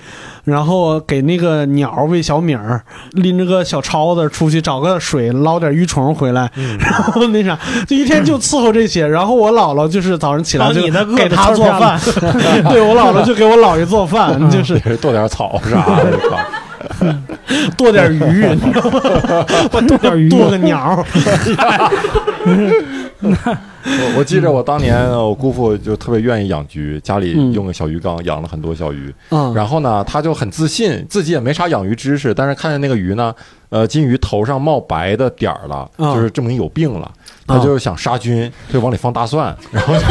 Speaker 2: 然后给那个鸟喂小米儿，拎着个小抄子出去找个水捞点鱼虫回来，
Speaker 4: 嗯
Speaker 2: 然后那啥，就一天就伺候这些。然后我姥姥就是早上起来
Speaker 3: 帮
Speaker 2: 就
Speaker 3: 你那饿
Speaker 2: 给
Speaker 3: 得
Speaker 2: 他
Speaker 3: 呲
Speaker 2: 做
Speaker 3: 儿啪
Speaker 2: 饭， 对我姥姥就给我姥爷 做饭，就是
Speaker 4: 剁点草啥的，
Speaker 2: 剁点鱼，你知道吗？剁点鱼，剁个 鸟。
Speaker 4: 我我记着我当年呃我姑父就特别愿意养鱼，家里用个小鱼缸养了很多小鱼。
Speaker 2: 嗯
Speaker 4: 然后呢，他就很自信，自己也没啥养鱼知识，但是看见那个鱼呢，呃，金鱼头上冒白的点儿了，
Speaker 2: 啊
Speaker 4: 就是证明有病了。
Speaker 2: 啊
Speaker 4: 他就想杀菌，就往里放大蒜，然后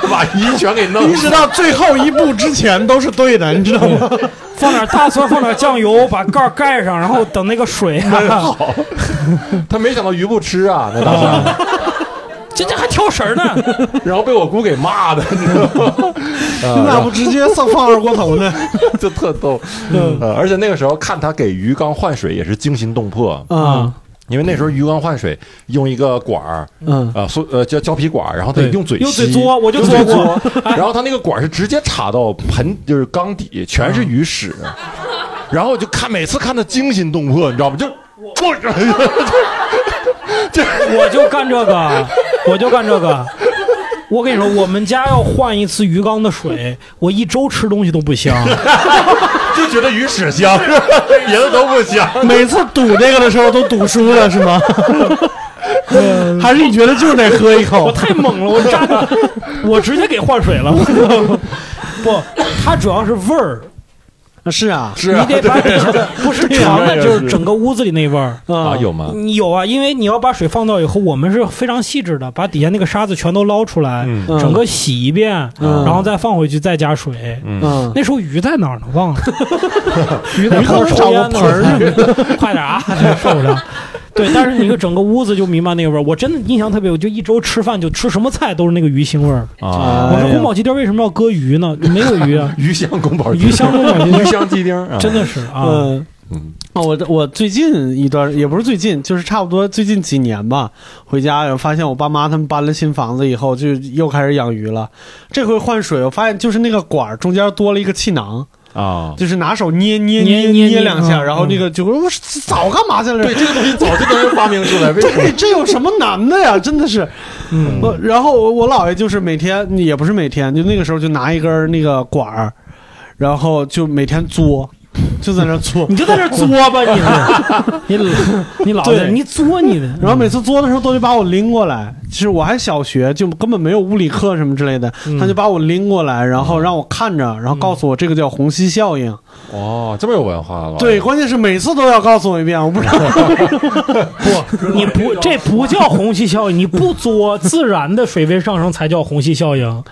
Speaker 4: 就把鱼全给弄
Speaker 2: 一直
Speaker 4: 死。
Speaker 2: 到最后一步之前都是对的，你知道 吗？
Speaker 3: 放点大蒜，放点酱油，把盖儿盖上，然后等那个水、啊，
Speaker 4: 他没想到鱼不吃啊，那大 蒜，
Speaker 3: 这这还挑食儿呢。
Speaker 4: 然后被我姑给骂的，你知道 吗？呃
Speaker 2: 那不直接放放二锅头呢？ 嗯
Speaker 4: 就特逗。呃，而且那个时候看他给鱼缸换水也是惊心动魄，
Speaker 2: 啊，
Speaker 4: 因为那时候鱼缸换水用一个管儿，
Speaker 2: 嗯
Speaker 4: 呃，塑呃胶胶皮管儿，然后得
Speaker 3: 对
Speaker 4: 用嘴
Speaker 3: 用嘴
Speaker 4: 吸
Speaker 3: 嘬我就
Speaker 4: 用嘴
Speaker 3: 嘬过
Speaker 4: 嘬然后它那个管儿是直接插到盆就是缸底，全是鱼 屎，然后我就看每次看他惊心动魄，你知道吗？就我
Speaker 3: 我就干这个，我就干这个。我跟你说，我们家要换一次鱼缸的水，我一周吃东西都不香。
Speaker 4: 就觉得鱼屎香，别的都不香。
Speaker 2: 每次赌这个的时候都赌输了是 吗？还是你觉得就是得喝一
Speaker 3: 我
Speaker 2: 口？
Speaker 3: 太猛了，我扎的，我直接给换水了。不， 它主要是味儿，
Speaker 2: 是啊，
Speaker 4: 是啊
Speaker 3: 你得把底下的不 是尝的，就是整个屋子里那味儿。
Speaker 4: 啊，
Speaker 2: 啊
Speaker 4: 有吗？
Speaker 3: 你有啊，因为你要把水放到以后，我们是非常细致的，把底下那个沙子全都捞出来，
Speaker 4: 嗯
Speaker 2: 嗯
Speaker 3: 整个洗一遍，
Speaker 2: 嗯
Speaker 3: 然后再放回去，再加水。
Speaker 4: 嗯，
Speaker 2: 嗯
Speaker 3: 那时候鱼在哪儿呢？ 忘了，鱼在
Speaker 2: 你可
Speaker 3: 后
Speaker 2: 能
Speaker 3: 抽
Speaker 2: 找个
Speaker 3: 烟呢
Speaker 2: 盆儿
Speaker 3: 我操 快点啊，这受不了。对，但是你个整个屋子就弥漫那个味儿，我真的印象特别，我就一周吃饭就吃什么菜都是那个鱼腥味儿。
Speaker 4: 啊，
Speaker 3: 我说宫保鸡丁为什么要搁鱼呢？没有鱼啊，
Speaker 4: 鱼香宫保鸡丁
Speaker 3: 鱼香宫 保鸡
Speaker 4: 鱼
Speaker 3: 丁
Speaker 4: 香鸡丁啊，
Speaker 3: 真的是啊，
Speaker 2: 嗯。
Speaker 4: 嗯
Speaker 2: 哦，我我最近一段也不是最近，就是差不多最近几年吧，回家有发现我爸妈他们搬了新房子以后，就又开始养鱼了。这回换水，我发现就是那个管儿中间多了一个气囊，
Speaker 4: 啊。
Speaker 2: 就是拿手捏捏
Speaker 3: 捏捏
Speaker 2: 捏捏
Speaker 3: 捏
Speaker 2: 两下，
Speaker 3: 嗯
Speaker 2: 然后那个就我早干嘛去了？
Speaker 4: 对，这个东西早就能人发明出来，为什么
Speaker 2: 对，这有什么难的呀？真的是，
Speaker 3: 嗯
Speaker 2: 我然后我我姥爷就是每天也不是每天，就那个时候就拿一根儿那个管儿，然后就每天 嘬，就在那嘬。
Speaker 3: 你就在这儿作吧 你，你你老
Speaker 2: 对
Speaker 3: 在你作你的，
Speaker 2: 然后每次嘬的时候都得把我拎过来，其实我还小学，就根本没有物理课什么之类的，
Speaker 3: 嗯
Speaker 2: 他就把我拎过来，然后让我看着，然后告诉我这个叫虹吸效应。
Speaker 4: 哦，这么有文化了。
Speaker 2: 对，关键是每次都要告诉我一遍，我不知道。
Speaker 3: 不，你不，这不叫虹吸效应，你不作，自然的水位上升才叫虹吸效应。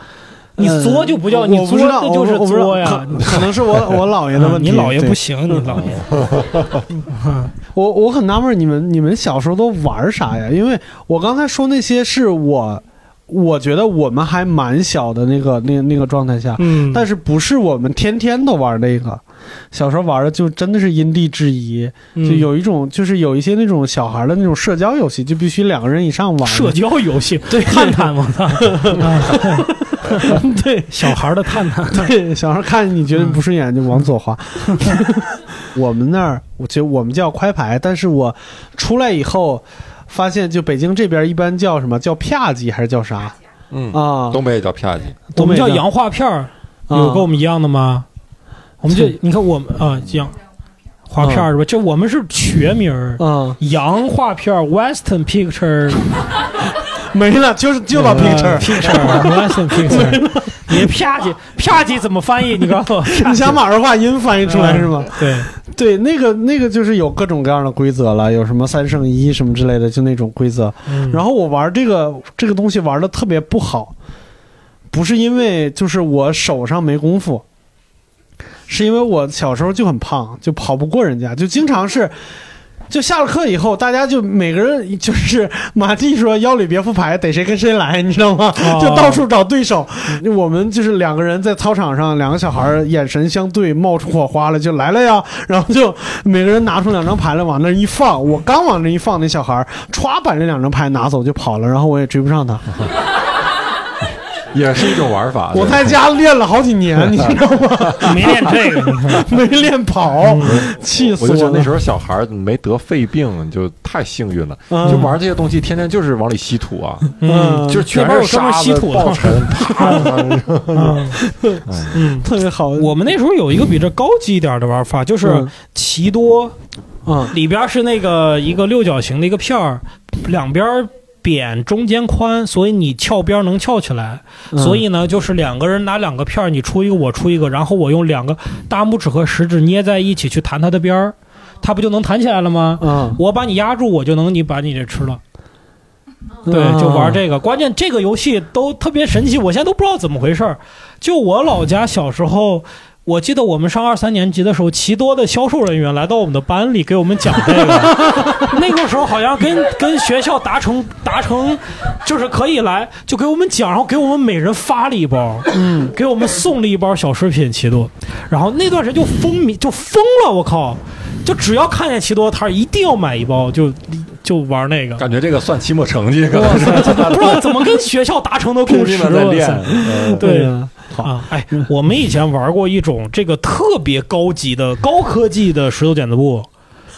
Speaker 3: 你作就不叫，
Speaker 2: 呃
Speaker 3: 你
Speaker 2: 我
Speaker 3: 作
Speaker 2: 不知道
Speaker 3: 那就是
Speaker 2: 我我不知道
Speaker 3: 作呀。
Speaker 2: 可可能是我我姥爷的问 题。
Speaker 3: 你姥爷
Speaker 2: 对
Speaker 3: 不行，你姥爷。
Speaker 2: 我我很纳闷，你们你们小时候都玩啥呀？因为我刚才说那些是我，我觉得我们还蛮小的那个那那个状态下，
Speaker 3: 嗯，
Speaker 2: 但是不是我们天天都玩那个，小时候玩的就真的是因地制宜，
Speaker 3: 嗯
Speaker 2: 就有一种就是有一些那种小孩的那种社交游戏，就必须两个人以上玩。
Speaker 3: 社交游戏，
Speaker 2: 对
Speaker 3: 探探，我操，啊
Speaker 2: 对
Speaker 3: 小孩儿的探探，
Speaker 2: 对，小孩看你觉得不顺眼就往 左滑。我们那儿，我觉得我们叫快牌，但是我出来以后发现，就北京这边一般叫什么叫啪叽还是叫啥
Speaker 4: 嗯，
Speaker 2: 啊？
Speaker 4: 东北也叫啪叽，
Speaker 3: 我
Speaker 2: 东
Speaker 3: 们
Speaker 2: 北
Speaker 3: 叫洋画片儿，有跟我
Speaker 2: 啊
Speaker 3: 们一样的吗？我们这你看我们啊，洋画片
Speaker 2: 嗯
Speaker 3: 儿是吧？这我们是学名儿，
Speaker 2: 啊
Speaker 3: 洋画片儿 （Western Picture），
Speaker 2: 没了，就是就到 picture。
Speaker 3: Picture，Western Picture。你啪叽啪叽怎么翻译？你告诉我。 嗯
Speaker 2: 你想把儿化音翻译出来是吗？
Speaker 3: 对，
Speaker 2: 对，那个那个就是有各种各样的规则了，有什么三胜一什么之类的，就那种规则。然
Speaker 3: 后
Speaker 2: 后我玩这个这个东西玩的特别不好，不是因为就是我手上没功夫，是因为我小时候就很胖，就跑不过人家，就经常是。就下了课以后，大家就每个人就是马季说腰里别副牌，逮谁跟谁来，你知道吗？
Speaker 3: 哦
Speaker 2: 就到处找对手。我们就是两个人在操场上，两个小孩儿眼神相对，冒出火花了，就来了呀。然后就每个人拿出两张牌来往那儿一放，我刚往那儿一放，那小孩儿歘把那两张牌拿走就跑了，然后我也追不上他。
Speaker 4: 也是一种玩法。
Speaker 2: 我
Speaker 4: 对
Speaker 2: 在家练了好 几年，你知道吗？
Speaker 3: 没练这个，你看
Speaker 2: 没练跑，
Speaker 3: 嗯
Speaker 2: 气死
Speaker 4: 我就觉
Speaker 2: 我
Speaker 4: 得那时
Speaker 2: 了。
Speaker 4: 候 小孩儿没得肺病，就太幸运了。
Speaker 2: 嗯
Speaker 4: 就玩这些东西，天天就是往里吸土啊，
Speaker 2: 嗯，
Speaker 4: 就是全
Speaker 3: 那边
Speaker 4: 是
Speaker 3: 有专门
Speaker 4: 沙
Speaker 3: 吸
Speaker 4: 子、
Speaker 3: 土的
Speaker 4: 爆尘，啪！
Speaker 3: 嗯嗯，
Speaker 2: 特别好。
Speaker 3: 我们那时候有一个比这高级一点的玩法，就是
Speaker 2: 嗯
Speaker 3: 奇多，
Speaker 2: 嗯
Speaker 3: 里边是那个一个六角形的一个片儿，两边扁，中间宽，所以你翘边能翘起来。
Speaker 2: 嗯
Speaker 3: 所以呢，就是两个人拿两个片儿，你出一个，我出一个，然后我用两个大拇指和食指捏在一起去弹它的边儿，它不就能弹起来了吗？
Speaker 2: 嗯，
Speaker 3: 我把你压住，我就能你把你这吃了。对，就玩这个。关键这个游戏都特别神奇，我现在都不知道怎么回事儿。就我老家小时候，我记得我们上二三年级的时候，奇多的销售人员来到我们的班里给我们讲这个。那个时候好像跟跟学校达成达成，就是可以来就给我们讲，然后给我们每人发了一包，嗯，给我们送了一包小食品奇多。然后那段时间就风靡就疯了，我靠！就只要看见奇多摊儿，一定要买一包，就就玩那个。
Speaker 4: 感觉这个算期末成绩，可
Speaker 3: 哇
Speaker 4: 能是
Speaker 3: 塞，真的不知道怎么跟学校达成的共
Speaker 4: 拼
Speaker 3: 识。
Speaker 4: 命的在
Speaker 3: 哇
Speaker 4: 练
Speaker 3: 塞，。
Speaker 4: 嗯
Speaker 3: 对
Speaker 2: 呀，好，
Speaker 3: 啊，哎，我们以前玩过一种这个特别高级的高科技的石头剪子布，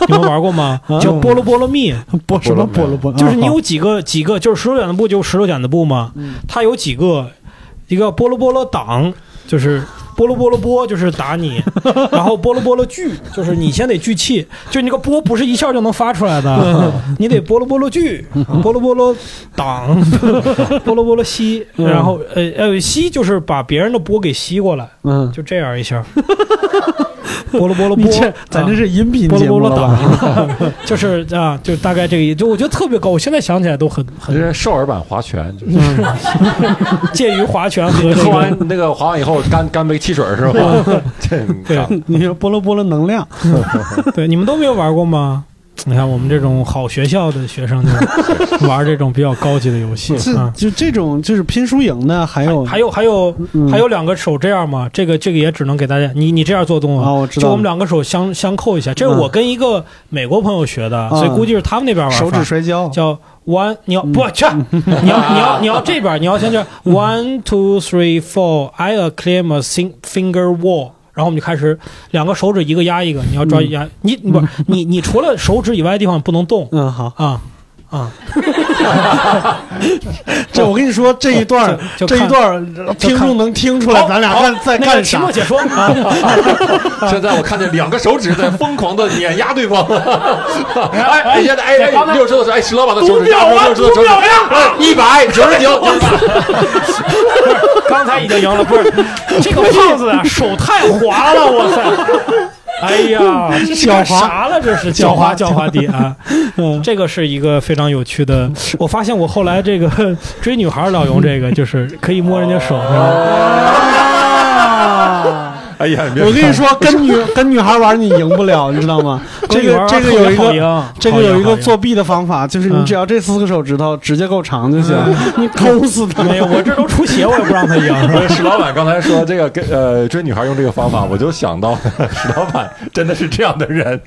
Speaker 3: 你们玩过吗？
Speaker 2: 啊
Speaker 4: 嗯
Speaker 3: 叫菠萝菠萝蜜，
Speaker 2: 菠什么菠萝 啊菠，
Speaker 3: 就是你有几个几个，就是石头剪子布，就是石头剪子布嘛。
Speaker 4: 嗯
Speaker 3: 它有几个，一个菠萝菠萝挡，就是菠萝菠萝波，就是打 你，然后菠萝菠萝聚，就是你先得聚气，就你那个波不是一下就能发出来 的，你得菠萝菠萝聚，菠萝菠萝挡， 菠萝菠萝吸，
Speaker 2: 嗯
Speaker 3: 然后呃呃吸就是把别人的波给吸过来，
Speaker 2: 嗯，
Speaker 3: 就这样一 下，菠萝菠萝
Speaker 2: 你
Speaker 3: 波
Speaker 2: 这，咱这
Speaker 3: 啊
Speaker 2: 是音频
Speaker 3: 菠
Speaker 2: 节
Speaker 3: 萝菠
Speaker 2: 目
Speaker 3: 萝
Speaker 2: 了吧？
Speaker 3: 挡， 就是啊，就大概这个意思，就我觉得特别高，我现在想起来都很
Speaker 4: 这
Speaker 3: 很
Speaker 4: 是少儿版划拳，就是
Speaker 3: 介于划拳和这
Speaker 4: 喝
Speaker 3: 个
Speaker 4: 完那个划完以后干干杯汽水是吧？ 这你看
Speaker 2: 你说菠萝菠萝能量，
Speaker 3: 对，你们都没有玩过吗？你看我们这种好学校的学生 就 玩这种比较高级的游戏
Speaker 2: 这
Speaker 3: 啊。
Speaker 2: 就这种就是拼输赢的，还有
Speaker 3: 还有还有
Speaker 2: 嗯
Speaker 3: 还有两个手这样吗？这个这个也只能给大家，你你这样做动
Speaker 2: 啊，
Speaker 3: 作，
Speaker 2: 我知
Speaker 3: 就
Speaker 2: 道
Speaker 3: 我们两个手相相扣一下。这是
Speaker 2: 嗯
Speaker 3: 我跟一个美国朋友学的，所以
Speaker 2: 嗯
Speaker 3: 估计是他们那边玩法。
Speaker 2: 手指摔跤，嗯
Speaker 3: 叫 one，你要不 去，你要你要你要这边，你要先这 one two three four，I acclaim a sing finger wall。然后我们就开始两个手指一个压一个，你要抓
Speaker 2: 嗯
Speaker 3: 压你你不是你你除了手指以外的地方不能动
Speaker 2: 嗯，好，
Speaker 3: 啊啊！
Speaker 2: 这我跟你说这一段儿，
Speaker 3: 就就看
Speaker 2: 这一段儿听众能听出来，咱俩干在
Speaker 3: 那个
Speaker 2: 干
Speaker 3: 期
Speaker 2: 啥
Speaker 3: 末？解 说啊，
Speaker 4: 现在我看见两个手指在疯狂的碾压对方， 哎哎，现在哎哎，六十多手指，哎，石老板的手指
Speaker 3: 啊
Speaker 4: 压住六十多手指，哎一百九十九，
Speaker 3: 刚才已经赢了，不是 这个胖子啊，手太滑了，我操！哎呀，这是干啥了？这是
Speaker 2: 狡
Speaker 3: 狡
Speaker 2: 猾
Speaker 3: 猾狡猾的啊！
Speaker 2: 嗯
Speaker 3: 这个是一个非常有趣的。我发现我后来这 个追女孩儿老用这个，就是可以摸人家手。
Speaker 2: 啊，
Speaker 4: 哎，哎呀，别
Speaker 2: 我跟你说，跟女跟女孩玩你赢不了，你知道吗？这个这个有一个。
Speaker 3: 个
Speaker 2: 这个有一个作弊的方法，就是你
Speaker 3: 嗯
Speaker 2: 只要这四个手指头直接够长就行，你抠死他。
Speaker 3: 没有，我这都出血，我也不让他赢。
Speaker 4: 不是石老板刚才说这个跟呃追女孩用这个方法，我就想到石老板真的是这样的人。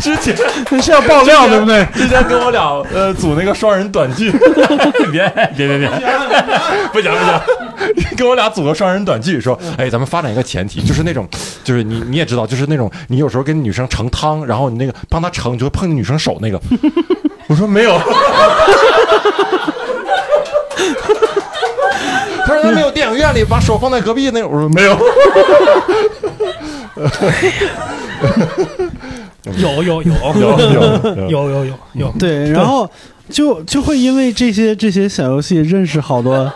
Speaker 4: 之 前
Speaker 2: 这是要爆料对不对？
Speaker 4: 之前跟我俩呃组那个双人短剧， 别别别别， 不行不行， 跟我俩组个双人短剧，说
Speaker 3: 嗯
Speaker 4: 哎，咱们发展一个前提，就是那种，就是你你也知道，就是那种你有时候跟女生盛汤，然后你那个帮她盛，你就会碰见女生手 那个。我说没有。他说他没有电影院里把手放在隔壁那个，我说没有。
Speaker 3: 有有有
Speaker 2: 哦
Speaker 4: 有有 有
Speaker 3: 有有有有，
Speaker 2: 对，然后就就会因为这些这些小游戏认识好多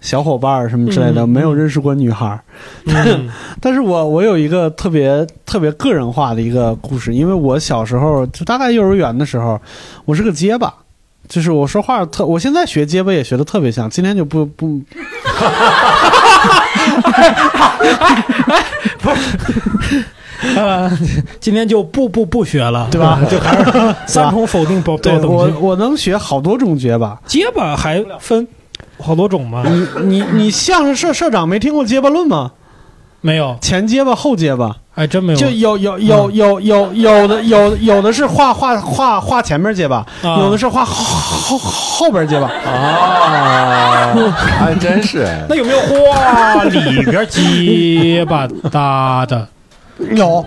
Speaker 2: 小伙伴儿什么之类的，
Speaker 3: 嗯
Speaker 2: 没有认识过女孩儿。
Speaker 3: 嗯
Speaker 2: 但是我我有一个特别特别个人化的一个故事，因为我小时候就大概幼儿园的时候，我是个结巴，就是我说话特，我现在学结巴也学的特别像，今天就 不不
Speaker 3: 啊，今天就不不不学了，
Speaker 2: 对吧？就还是
Speaker 3: 三重否定包包
Speaker 2: 对
Speaker 3: 等
Speaker 2: 我
Speaker 3: 级，
Speaker 2: 我能学好多种结巴，
Speaker 3: 结巴还分好多种吗？
Speaker 2: 你你你相声社社长没听过结巴论吗？
Speaker 3: 没有，
Speaker 2: 前结巴后结巴，
Speaker 3: 还真没有。嗯
Speaker 2: 就有有有有有有的有有的是画画画画前面结巴，
Speaker 3: 啊
Speaker 2: 有的是画后后后边结巴。
Speaker 4: 啊， 还真是 哎。
Speaker 3: 那有没有哇里边结巴搭的？
Speaker 2: 有，
Speaker 3: 我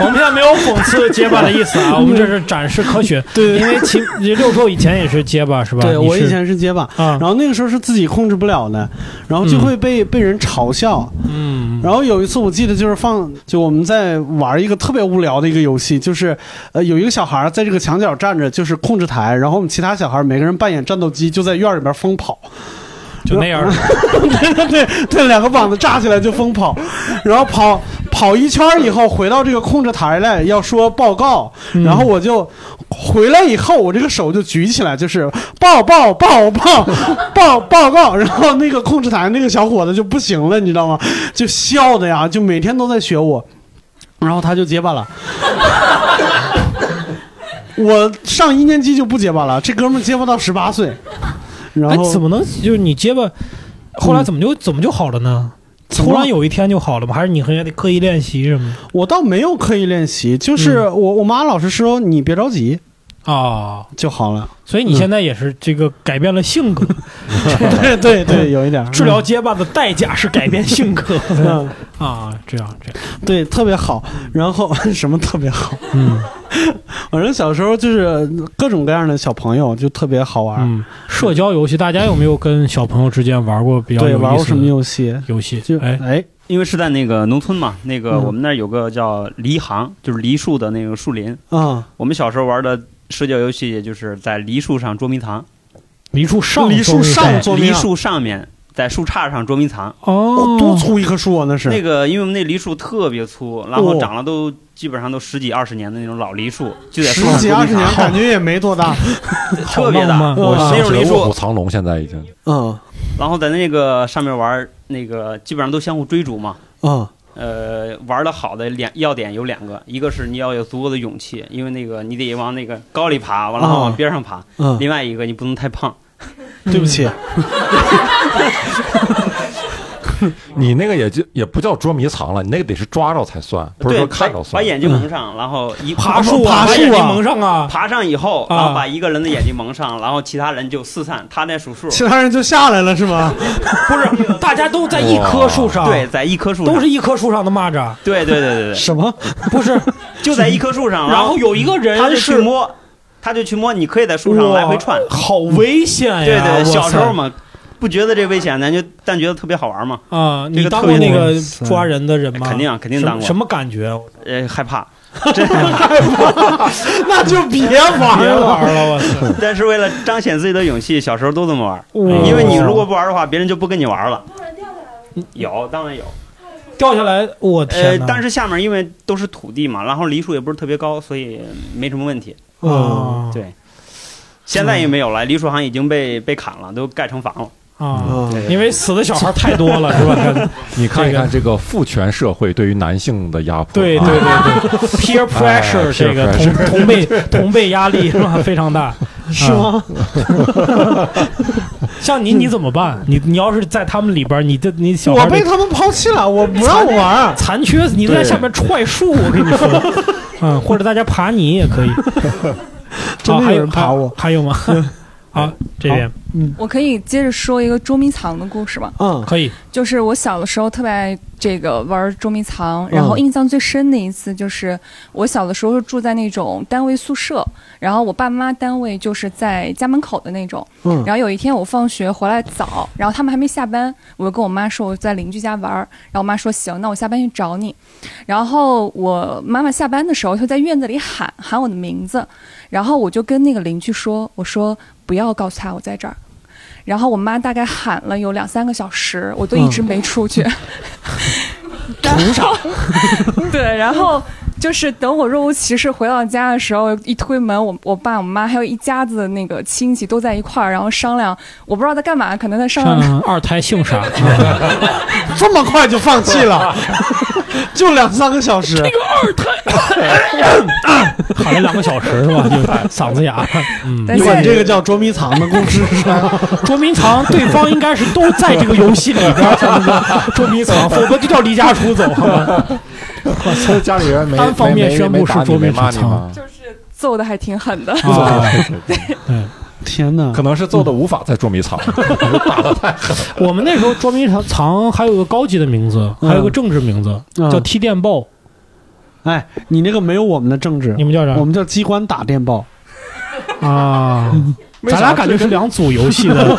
Speaker 3: 们现在没有讽刺结巴的意思啊，我们这是展示科学。
Speaker 2: 对
Speaker 3: 因为其六兽以前也是结巴是吧？
Speaker 2: 对
Speaker 3: 你
Speaker 2: 我
Speaker 3: 是
Speaker 2: 以前是结巴，
Speaker 3: 啊
Speaker 2: 然，后那个时候是自己控制不了的，然后就会被、被人嘲笑。
Speaker 3: 嗯，
Speaker 2: 然后有一次我记得就是放，就我们在玩一个特别无聊的一个游戏，就是呃有一个小孩在这个墙角站着，就是控制台，然后我们其他小孩每个人扮演战斗机，就在院里边疯跑。
Speaker 3: 就那样。
Speaker 2: 对对对，两个膀子炸起来就疯跑，然后跑跑一圈以后回到这个控制台来要说报告，
Speaker 3: 嗯
Speaker 2: 然后我就回来以后我这个手就举起来，就是报报报报报报告，然后那个控制台那个小伙子就不行了，你知道吗？就笑的呀，就每天都在学我，然后他就结巴了。我上一年级就不结巴了，这哥们儿结巴到十八岁，然
Speaker 3: 哎，
Speaker 2: 后
Speaker 3: 怎么能就是你结巴，后来怎么就怎么就好了呢？
Speaker 2: 怎么
Speaker 3: 突然
Speaker 2: 了
Speaker 3: 有一天就好了吗？还是你还得刻意练习什么
Speaker 2: 我倒没有刻意练习，就是
Speaker 3: 嗯
Speaker 2: 我、我妈老是说你别着急
Speaker 3: 的啊？
Speaker 2: 就好了。嗯
Speaker 3: 所以你现在也是这个改变了性格，
Speaker 2: 对对嗯对，有一点
Speaker 3: 治疗结巴的代价是改变性格
Speaker 2: 嗯，
Speaker 3: 啊，这样这样，
Speaker 2: 对，特别好。然后 什么特别好？
Speaker 3: 嗯
Speaker 2: 反正小时候就是各种各样的小朋友，就特别好玩。
Speaker 3: 嗯，社交游戏，大家有没有跟小朋友之间玩过比较
Speaker 2: 对，
Speaker 3: 有
Speaker 2: 玩
Speaker 3: 意
Speaker 2: 过
Speaker 3: 思
Speaker 2: 什么
Speaker 3: 的
Speaker 2: 游戏？
Speaker 3: 游戏？
Speaker 2: 就
Speaker 3: 哎，
Speaker 2: 哎，
Speaker 9: 因为是在那个农村嘛，那个
Speaker 2: 嗯
Speaker 9: 我们那儿有个叫梨行，就是梨树的那个树林。
Speaker 2: 啊，
Speaker 9: 我们小时候玩的社交游戏，也就是在梨树上捉迷藏，
Speaker 3: 梨树上，
Speaker 2: 哦梨树上捉迷
Speaker 9: 梨
Speaker 2: 藏
Speaker 9: 树上面在树杈上捉迷藏。
Speaker 3: 哦
Speaker 2: 哦，，多粗一棵树啊！那是
Speaker 9: 那个，因为我们那梨树特别粗，然后
Speaker 2: 哦
Speaker 9: 长了都基本上都十几二十年的那种老梨树，就在树
Speaker 2: 十
Speaker 9: 上
Speaker 2: 几
Speaker 9: 捉
Speaker 2: 二
Speaker 9: 迷
Speaker 2: 十年，
Speaker 9: 藏，
Speaker 2: 感觉也没多大。
Speaker 3: 好
Speaker 9: 特别
Speaker 3: 浪
Speaker 9: 大。
Speaker 3: 漫
Speaker 9: 我
Speaker 2: 哇
Speaker 9: 那种
Speaker 4: 觉
Speaker 3: 嗯
Speaker 9: 梨
Speaker 4: 得卧
Speaker 9: 树，
Speaker 4: 虎藏龙现在已经
Speaker 2: 嗯
Speaker 9: 然后在那个上面玩，那个基本上都相互追逐嘛。
Speaker 2: 嗯
Speaker 9: 呃，玩的好的两要点有两个，一个是你要有足够的勇气，因为那个你得往那个高里爬，完了
Speaker 2: 啊
Speaker 9: 往边上爬；
Speaker 2: 嗯，
Speaker 9: 另外一个你不能太胖，嗯
Speaker 2: 对不起，
Speaker 4: 你那个也就也不叫捉迷藏了，你那个得是抓着才算，不是
Speaker 9: 对，
Speaker 4: 说看着
Speaker 9: 把把
Speaker 4: 算。
Speaker 9: 眼睛
Speaker 3: 嗯
Speaker 9: 蒙上，然后一
Speaker 3: 爬
Speaker 9: 树
Speaker 3: 树啊，
Speaker 2: 爬
Speaker 3: 把
Speaker 2: 树
Speaker 3: 眼睛
Speaker 2: 啊
Speaker 3: 蒙上啊，
Speaker 9: 爬上以后，
Speaker 3: 啊
Speaker 9: 然后把一个人的眼睛蒙上，然后其他人就四散，他在数数，
Speaker 2: 其他人就下来了是吗？
Speaker 3: 不是， 大家都在一棵树上，
Speaker 9: 对，，在一棵树上
Speaker 3: 都是一棵树上的蚂蚱，
Speaker 9: 对对对对对，
Speaker 2: 什么？
Speaker 3: 不是，
Speaker 9: 就在一棵树 上，
Speaker 3: 然后有一个
Speaker 9: 他
Speaker 3: 人
Speaker 9: 就去
Speaker 3: 是
Speaker 9: 摸，他就去摸，你可以在树上来回窜，
Speaker 3: 哇好危险呀！
Speaker 9: 对对，
Speaker 3: 哇
Speaker 9: 小时
Speaker 3: 塞
Speaker 9: 候嘛，不觉得这危险，咱就但觉得特别好玩嘛，
Speaker 3: 啊，
Speaker 9: 这
Speaker 3: 你
Speaker 9: 个
Speaker 3: 当
Speaker 9: 特
Speaker 3: 过
Speaker 9: 别
Speaker 3: 那
Speaker 2: 危
Speaker 3: 个
Speaker 2: 险
Speaker 3: 抓人的人吗？
Speaker 9: 肯定啊，肯定
Speaker 3: 什
Speaker 9: 当
Speaker 3: 么
Speaker 9: 过
Speaker 3: 什，么感觉？啊
Speaker 9: 呃，害 怕。
Speaker 2: 那就别玩
Speaker 3: 别
Speaker 2: 了。
Speaker 3: 玩了，我操！
Speaker 9: 但是为了彰显自己的勇气，小时候都这么玩儿。
Speaker 3: 哇
Speaker 9: 因为你如果不玩的话，别人就不跟你玩了。有，当然有。
Speaker 3: 掉下来，我
Speaker 9: 呃
Speaker 3: 天，哪！
Speaker 9: 但是下面因为都是土地嘛，然后梨树也不是特别高，所以没什么问题。
Speaker 3: 啊，
Speaker 9: 对，现在也没有了，梨树好像已经被被砍了，都盖成房了。
Speaker 3: 啊，因为死的小孩太多了，是吧？
Speaker 4: 你看一
Speaker 3: 这个
Speaker 4: 看 这个父权社会对于男性的压迫，
Speaker 3: 对
Speaker 4: 啊
Speaker 3: 对对对，peer
Speaker 4: 哎
Speaker 3: pressure
Speaker 4: peer
Speaker 3: 这个同同辈同辈压力是吧？ 非常 大，嗯
Speaker 2: 是吗？
Speaker 3: 像你你怎么办？你你要是在他们里边儿，你的你小孩
Speaker 2: 我
Speaker 3: 儿
Speaker 2: 被
Speaker 3: 就
Speaker 2: 他们抛弃了，我不让我玩儿。
Speaker 3: 残缺，你在下面踹树，我跟你说， 嗯，或者大家爬你也可以。
Speaker 2: 真
Speaker 3: 啊
Speaker 2: 的
Speaker 3: 还
Speaker 2: 有人爬我？
Speaker 3: 还还 有吗？好，这边
Speaker 10: 我可以接着说一个捉迷藏的故事吗？
Speaker 2: 嗯
Speaker 3: 可以。
Speaker 10: 就是我小的时候特别爱这个玩捉迷藏，然后
Speaker 2: 嗯
Speaker 10: 印象最深的一次就是我小的时候住在那种单位宿舍，然后我爸妈单位就是在家门口的那种。
Speaker 2: 嗯
Speaker 10: 然后有一天我放学回来早，然后他们还没下班，我就跟我妈说我在邻居家玩儿，然后我妈说行，那我下班去找你。然后我妈妈下班的时候就在院子里喊喊我的名字，然后我就跟那个邻居说，我说不要告诉他我在这儿。然后我妈大概喊了有两三个小时，我都一直没出 去。然后 对，然后就是等我若无其事回到家的时候，一推门，我我爸、我妈还有一家子那个亲戚都在一块儿，然后商量，我不知道在干嘛，可能在商 量。
Speaker 3: 上二胎姓 啥？
Speaker 2: 这么快就放弃了，就两三个小时。
Speaker 3: 喊了两个小时是吧？就嗓子 哑。嗯，
Speaker 10: 但
Speaker 2: 你管
Speaker 10: 现在
Speaker 2: 这个叫捉迷藏的故事 是吧？
Speaker 3: 捉迷藏，对方应该是都在这个游戏里边儿才能够捉迷藏，否则就叫离家出走，好吗？
Speaker 2: 嗯
Speaker 11: 家里人没
Speaker 3: 单方
Speaker 11: 没
Speaker 3: 面
Speaker 11: 没
Speaker 3: 宣布
Speaker 11: 没打
Speaker 3: 是
Speaker 11: 你
Speaker 3: 捉迷
Speaker 11: 没骂你
Speaker 3: 藏
Speaker 11: 吗
Speaker 10: 就是 揍的还挺狠的。
Speaker 3: 啊，
Speaker 2: 天哪！
Speaker 4: 可能是揍的无法再捉迷藏，打 的太狠。
Speaker 3: 我们那时候捉迷藏藏还有个高级的名字，还有个政治名字
Speaker 2: 嗯
Speaker 3: 叫踢电报，
Speaker 2: 哎，你那个没有我们的政治
Speaker 3: 你，们叫
Speaker 2: 我们叫机关打电报。
Speaker 3: 啥 啊？
Speaker 4: 为啥
Speaker 3: 咱俩感觉是两组游戏 的。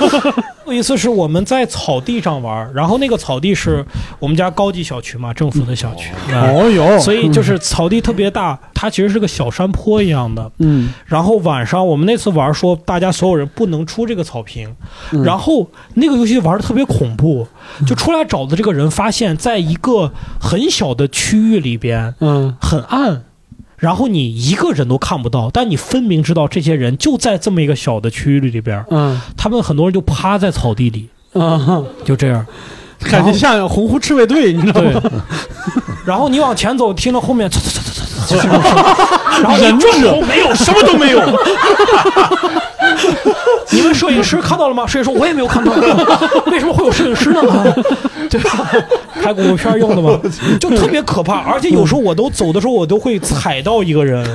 Speaker 3: 有一次是我们在草地上玩儿，然后那个草地是我们家高级小区嘛，政府的小区，啊
Speaker 2: 嗯哦哟，
Speaker 3: 所以就是草地特别大，它其实是个小山坡一样的。
Speaker 2: 嗯，
Speaker 3: 然后晚上我们那次玩说，大家所有人不能出这个草坪。
Speaker 2: 嗯
Speaker 3: 然后那个游戏玩的特别恐怖，就出来找的这个人发现，在一个很小的区域里边
Speaker 2: 嗯
Speaker 3: 很暗，然后你一个人都看不到，但你分明知道这些人就在这么一个小的区域里边，
Speaker 2: 嗯
Speaker 3: 他们很多人就趴在草地里，
Speaker 2: 嗯，
Speaker 3: 就这样。
Speaker 2: 感觉像洪湖赤卫队，你知道
Speaker 3: 对
Speaker 2: 吗？，
Speaker 3: 然后你往前走，听到后面，然后人头没有，什么都没有。你们摄影师看到了吗？摄影师说我也没有看到， 为什么会有摄影师呢？对吧？拍恐怖片用的吗？就特别可怕，而且有时候我都走的时候，我都会踩到一个人，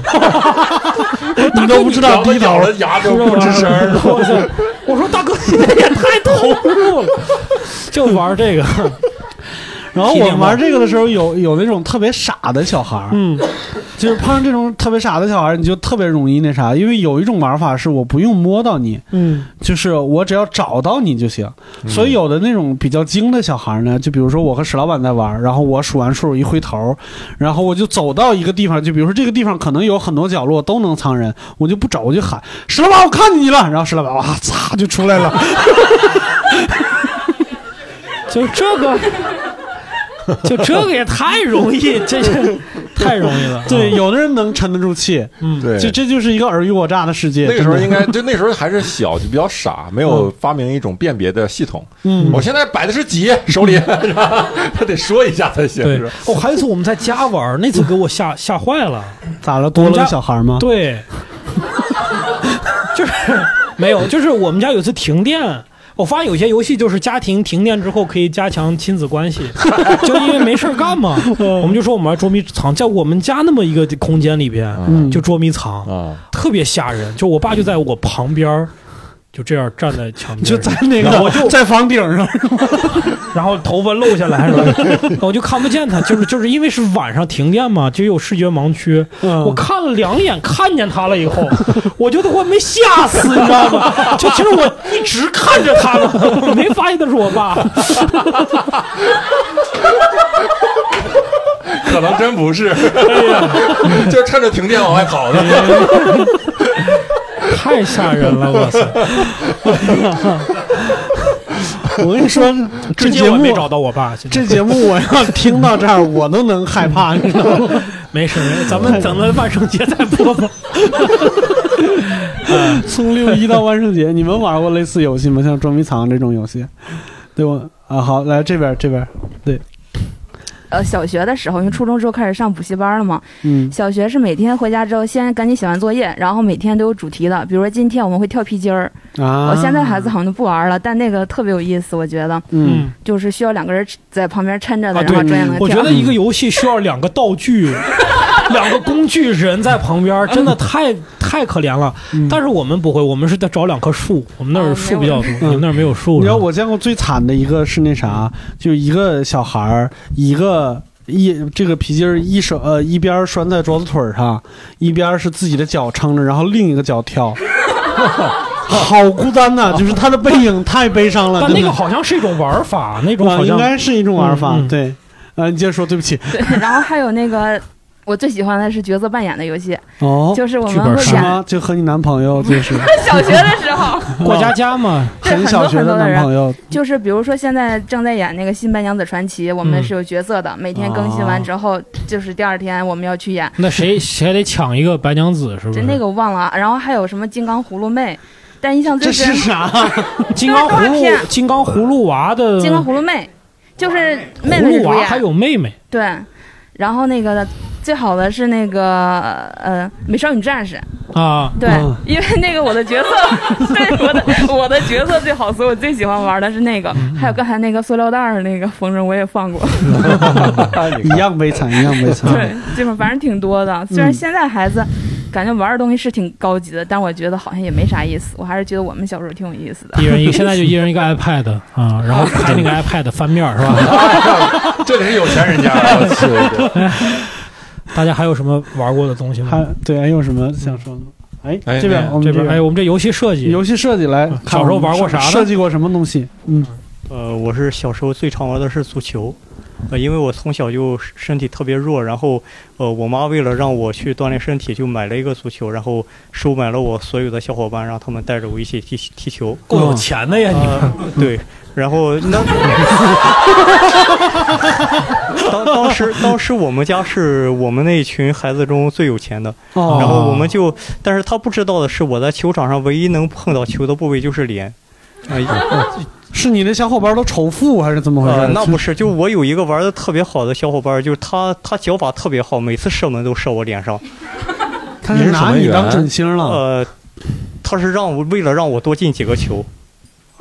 Speaker 3: 你都不知
Speaker 4: 咬了咬了牙都不吱声儿。
Speaker 3: 我操！我说大哥，你们也太投入了， 就玩这个，
Speaker 2: 然后我们玩这个的时候，有有那种特别傻的小孩儿，
Speaker 3: 嗯
Speaker 2: 就是碰上这种特别傻的小孩儿，你就特别容易那啥，因为有一种玩法是我不用摸到你，
Speaker 3: 嗯。
Speaker 2: 就是我只要找到你就行。所以有的那种比较精的小孩儿呢，就比如说我和史老板在玩儿，然后我数完数一回头，然后我就走到一个地方，就比如说这个地方可能有很多角落都能藏人，我就不找，我就喊史老板，我看见你了。然后史老板哇嚓就出来了，
Speaker 3: 就这个，就这个也太容易，这是太容易了。
Speaker 2: 对，，有的人能沉得住气，
Speaker 3: 嗯，
Speaker 4: 对，
Speaker 2: 就这就是一个尔虞我诈的世界。
Speaker 4: 那个时候
Speaker 2: 真的
Speaker 4: 应该 就那时候还是小，就比较傻，没有发明一种辨别的系统。
Speaker 2: 嗯
Speaker 4: 我现在摆的 是几手里，他得说一下才行。
Speaker 3: 对
Speaker 4: 是吧。
Speaker 3: 哦，还有一次我们在家玩儿，那次给我吓吓坏了。
Speaker 2: 咋了？多了个小孩吗？
Speaker 3: 对， 就是没有，就是我们家有一次停电。我发现有些游戏就是家庭停电之后可以加强亲子关系， 就因为没事儿干嘛，
Speaker 2: 嗯
Speaker 3: 我们就说我们玩捉迷藏，在我们家那么一个空间里边
Speaker 2: 嗯，
Speaker 3: 就捉迷藏，
Speaker 4: 啊，
Speaker 3: 特别吓人。就我爸就在我旁边儿，就这样站在墙边，
Speaker 2: 就在那个，
Speaker 3: 我就
Speaker 2: 在房顶上，
Speaker 3: 然后头发露 下来了， 我就看不见他，就是就是因为是晚上停电嘛，就有视觉盲区。我
Speaker 2: 我
Speaker 3: 看了两眼，看见他了以后，我觉得我没吓死，你知道吗？就其实我一直看着他呢，没发现他是我爸。
Speaker 4: 可能真不是，就是趁着停电往外跑的。
Speaker 3: 太吓人了，我操！
Speaker 2: 我跟你说，嗯这
Speaker 3: 至今
Speaker 2: 节
Speaker 3: 我
Speaker 2: 目
Speaker 3: 没找到我爸。现在
Speaker 2: 这节目 我要听到这儿，我都能害怕，你知道吗？
Speaker 3: 没事，没事咱们等到万圣节再播吧。
Speaker 2: 从六一到万圣节，你们玩过类似游戏吗？像捉迷藏这种游戏，对吧？啊，好，来这边这边，对，
Speaker 12: 呃，小学的时候，因为初中之后开始上补习班了嘛。
Speaker 2: 嗯
Speaker 12: 小学是每天回家之后，先赶紧写完作业，然后每天都有主题的，比如说今天我们会跳皮筋儿。
Speaker 2: 啊
Speaker 12: 我现在孩子好像都不玩了，但那个特别有意思，我觉得。
Speaker 2: 嗯，
Speaker 12: 就是需要两个人在旁边抻着的，
Speaker 3: 啊，
Speaker 12: 然后这样能
Speaker 3: 对，
Speaker 12: 跳。
Speaker 3: 我觉得一个游戏需要两个道具， 两个工具人在旁边，真的太太可怜了。但是我们不会，我们是在找两棵树，我们那
Speaker 12: 哦
Speaker 3: 儿树比较多，
Speaker 2: 嗯
Speaker 3: 你们那儿没有树。
Speaker 2: 你知道我见过最惨的一个是那啥，就一个小孩儿，一个一这个皮筋儿一手呃一边儿拴在桌子腿儿上，一边儿是自己的脚撑着，然后另一个脚跳。好孤单 呐、就是他的背影太悲伤了。
Speaker 3: 但
Speaker 2: 真
Speaker 3: 那
Speaker 2: 的
Speaker 3: 个好像是一种玩法，那种
Speaker 2: 啊
Speaker 3: 好像
Speaker 2: 应该是一种玩法，
Speaker 3: 嗯嗯
Speaker 2: 对。啊，你接着说，对不起。
Speaker 12: 对，然后还有那个我最喜欢的是角色扮演的游 戏，
Speaker 2: 哦，
Speaker 12: 就是我们会
Speaker 2: 是
Speaker 12: 演
Speaker 2: 吗？就和你男朋友就是。
Speaker 12: 小学的时候
Speaker 3: 家嘛，
Speaker 12: 对
Speaker 2: 很
Speaker 12: 很
Speaker 2: 小
Speaker 12: 多
Speaker 2: 学
Speaker 12: 很多的
Speaker 2: 男朋友
Speaker 12: 人，，就是比如说现在正在演那个《新白娘子传奇》，我们
Speaker 3: 嗯
Speaker 12: 是有角色的，每天更新
Speaker 2: 哦
Speaker 12: 完之后，就是第二天我们要去演。
Speaker 3: 那谁谁得抢一个白娘子，是不？
Speaker 12: 就是那个我忘了啊，然后还有什么金刚葫芦妹，但印象最深
Speaker 2: 啥？
Speaker 3: 金刚
Speaker 12: 就是动
Speaker 3: 葫
Speaker 12: 画
Speaker 3: 芦，
Speaker 12: 片
Speaker 3: 金刚葫芦娃的
Speaker 12: 金刚葫芦妹，就是妹妹
Speaker 3: 葫芦
Speaker 12: 是主
Speaker 3: 娃，
Speaker 12: 演，
Speaker 3: 还有妹妹。
Speaker 12: 对，然后那个最好的是那个呃美少女战士，
Speaker 3: 啊，
Speaker 12: 对， 因
Speaker 2: 嗯
Speaker 12: 为那个我的角色，对我的我的角色最好，所以我最喜欢玩的是那个，
Speaker 3: 嗯
Speaker 12: 还有刚才那个塑料袋儿那个风筝我也放过，
Speaker 2: 一样悲惨，一样悲惨。
Speaker 12: 对，就是反正挺多
Speaker 3: 嗯
Speaker 12: 的。虽然现在孩子感觉玩的东西是挺高级的，但我觉得好像也没啥意思，我还是觉得我们小时候挺有意思的。
Speaker 3: 一人一，现在就一人一个 iPad 啊，然后拍那个 iPad 翻面是吧？
Speaker 4: 这得是有钱人家，我去。
Speaker 3: 大家还有什么玩过的东西吗？
Speaker 2: 还对，还有什么想说的吗？哎，
Speaker 3: 哎
Speaker 2: 这边
Speaker 3: 哎
Speaker 2: 我们
Speaker 3: 这边哎我们这游戏设计嗯
Speaker 2: 游戏设计来，
Speaker 13: 小时候玩过啥呢
Speaker 2: 设计过什么东西？嗯，
Speaker 13: 呃，我是小时候最常玩的是足球，呃，因为我从小就身体特别弱，然后呃，我妈为了让我去锻炼身体，就买了一个足球，然后收买了我所有的小伙伴，让他们带着我一起踢踢球。
Speaker 3: 够有钱的呀你
Speaker 13: 呃对，然后 那当当 时当时我们家是我们那群孩子中最有钱的，
Speaker 2: 哦
Speaker 13: 然后我们就，但是他不知道的是，我在球场上唯一能碰到球的部位就是脸。哎，
Speaker 2: 是你的小伙伴都仇富还是怎么回
Speaker 13: 呃
Speaker 2: 事？，
Speaker 13: 那不是，就我有一个玩的特别好的小伙伴，就是他，他脚法特别好，每次射门都射我脸上。
Speaker 2: 他是拿你当准星了，
Speaker 13: 呃，他是让我为了让我多进几个球。
Speaker 2: 哦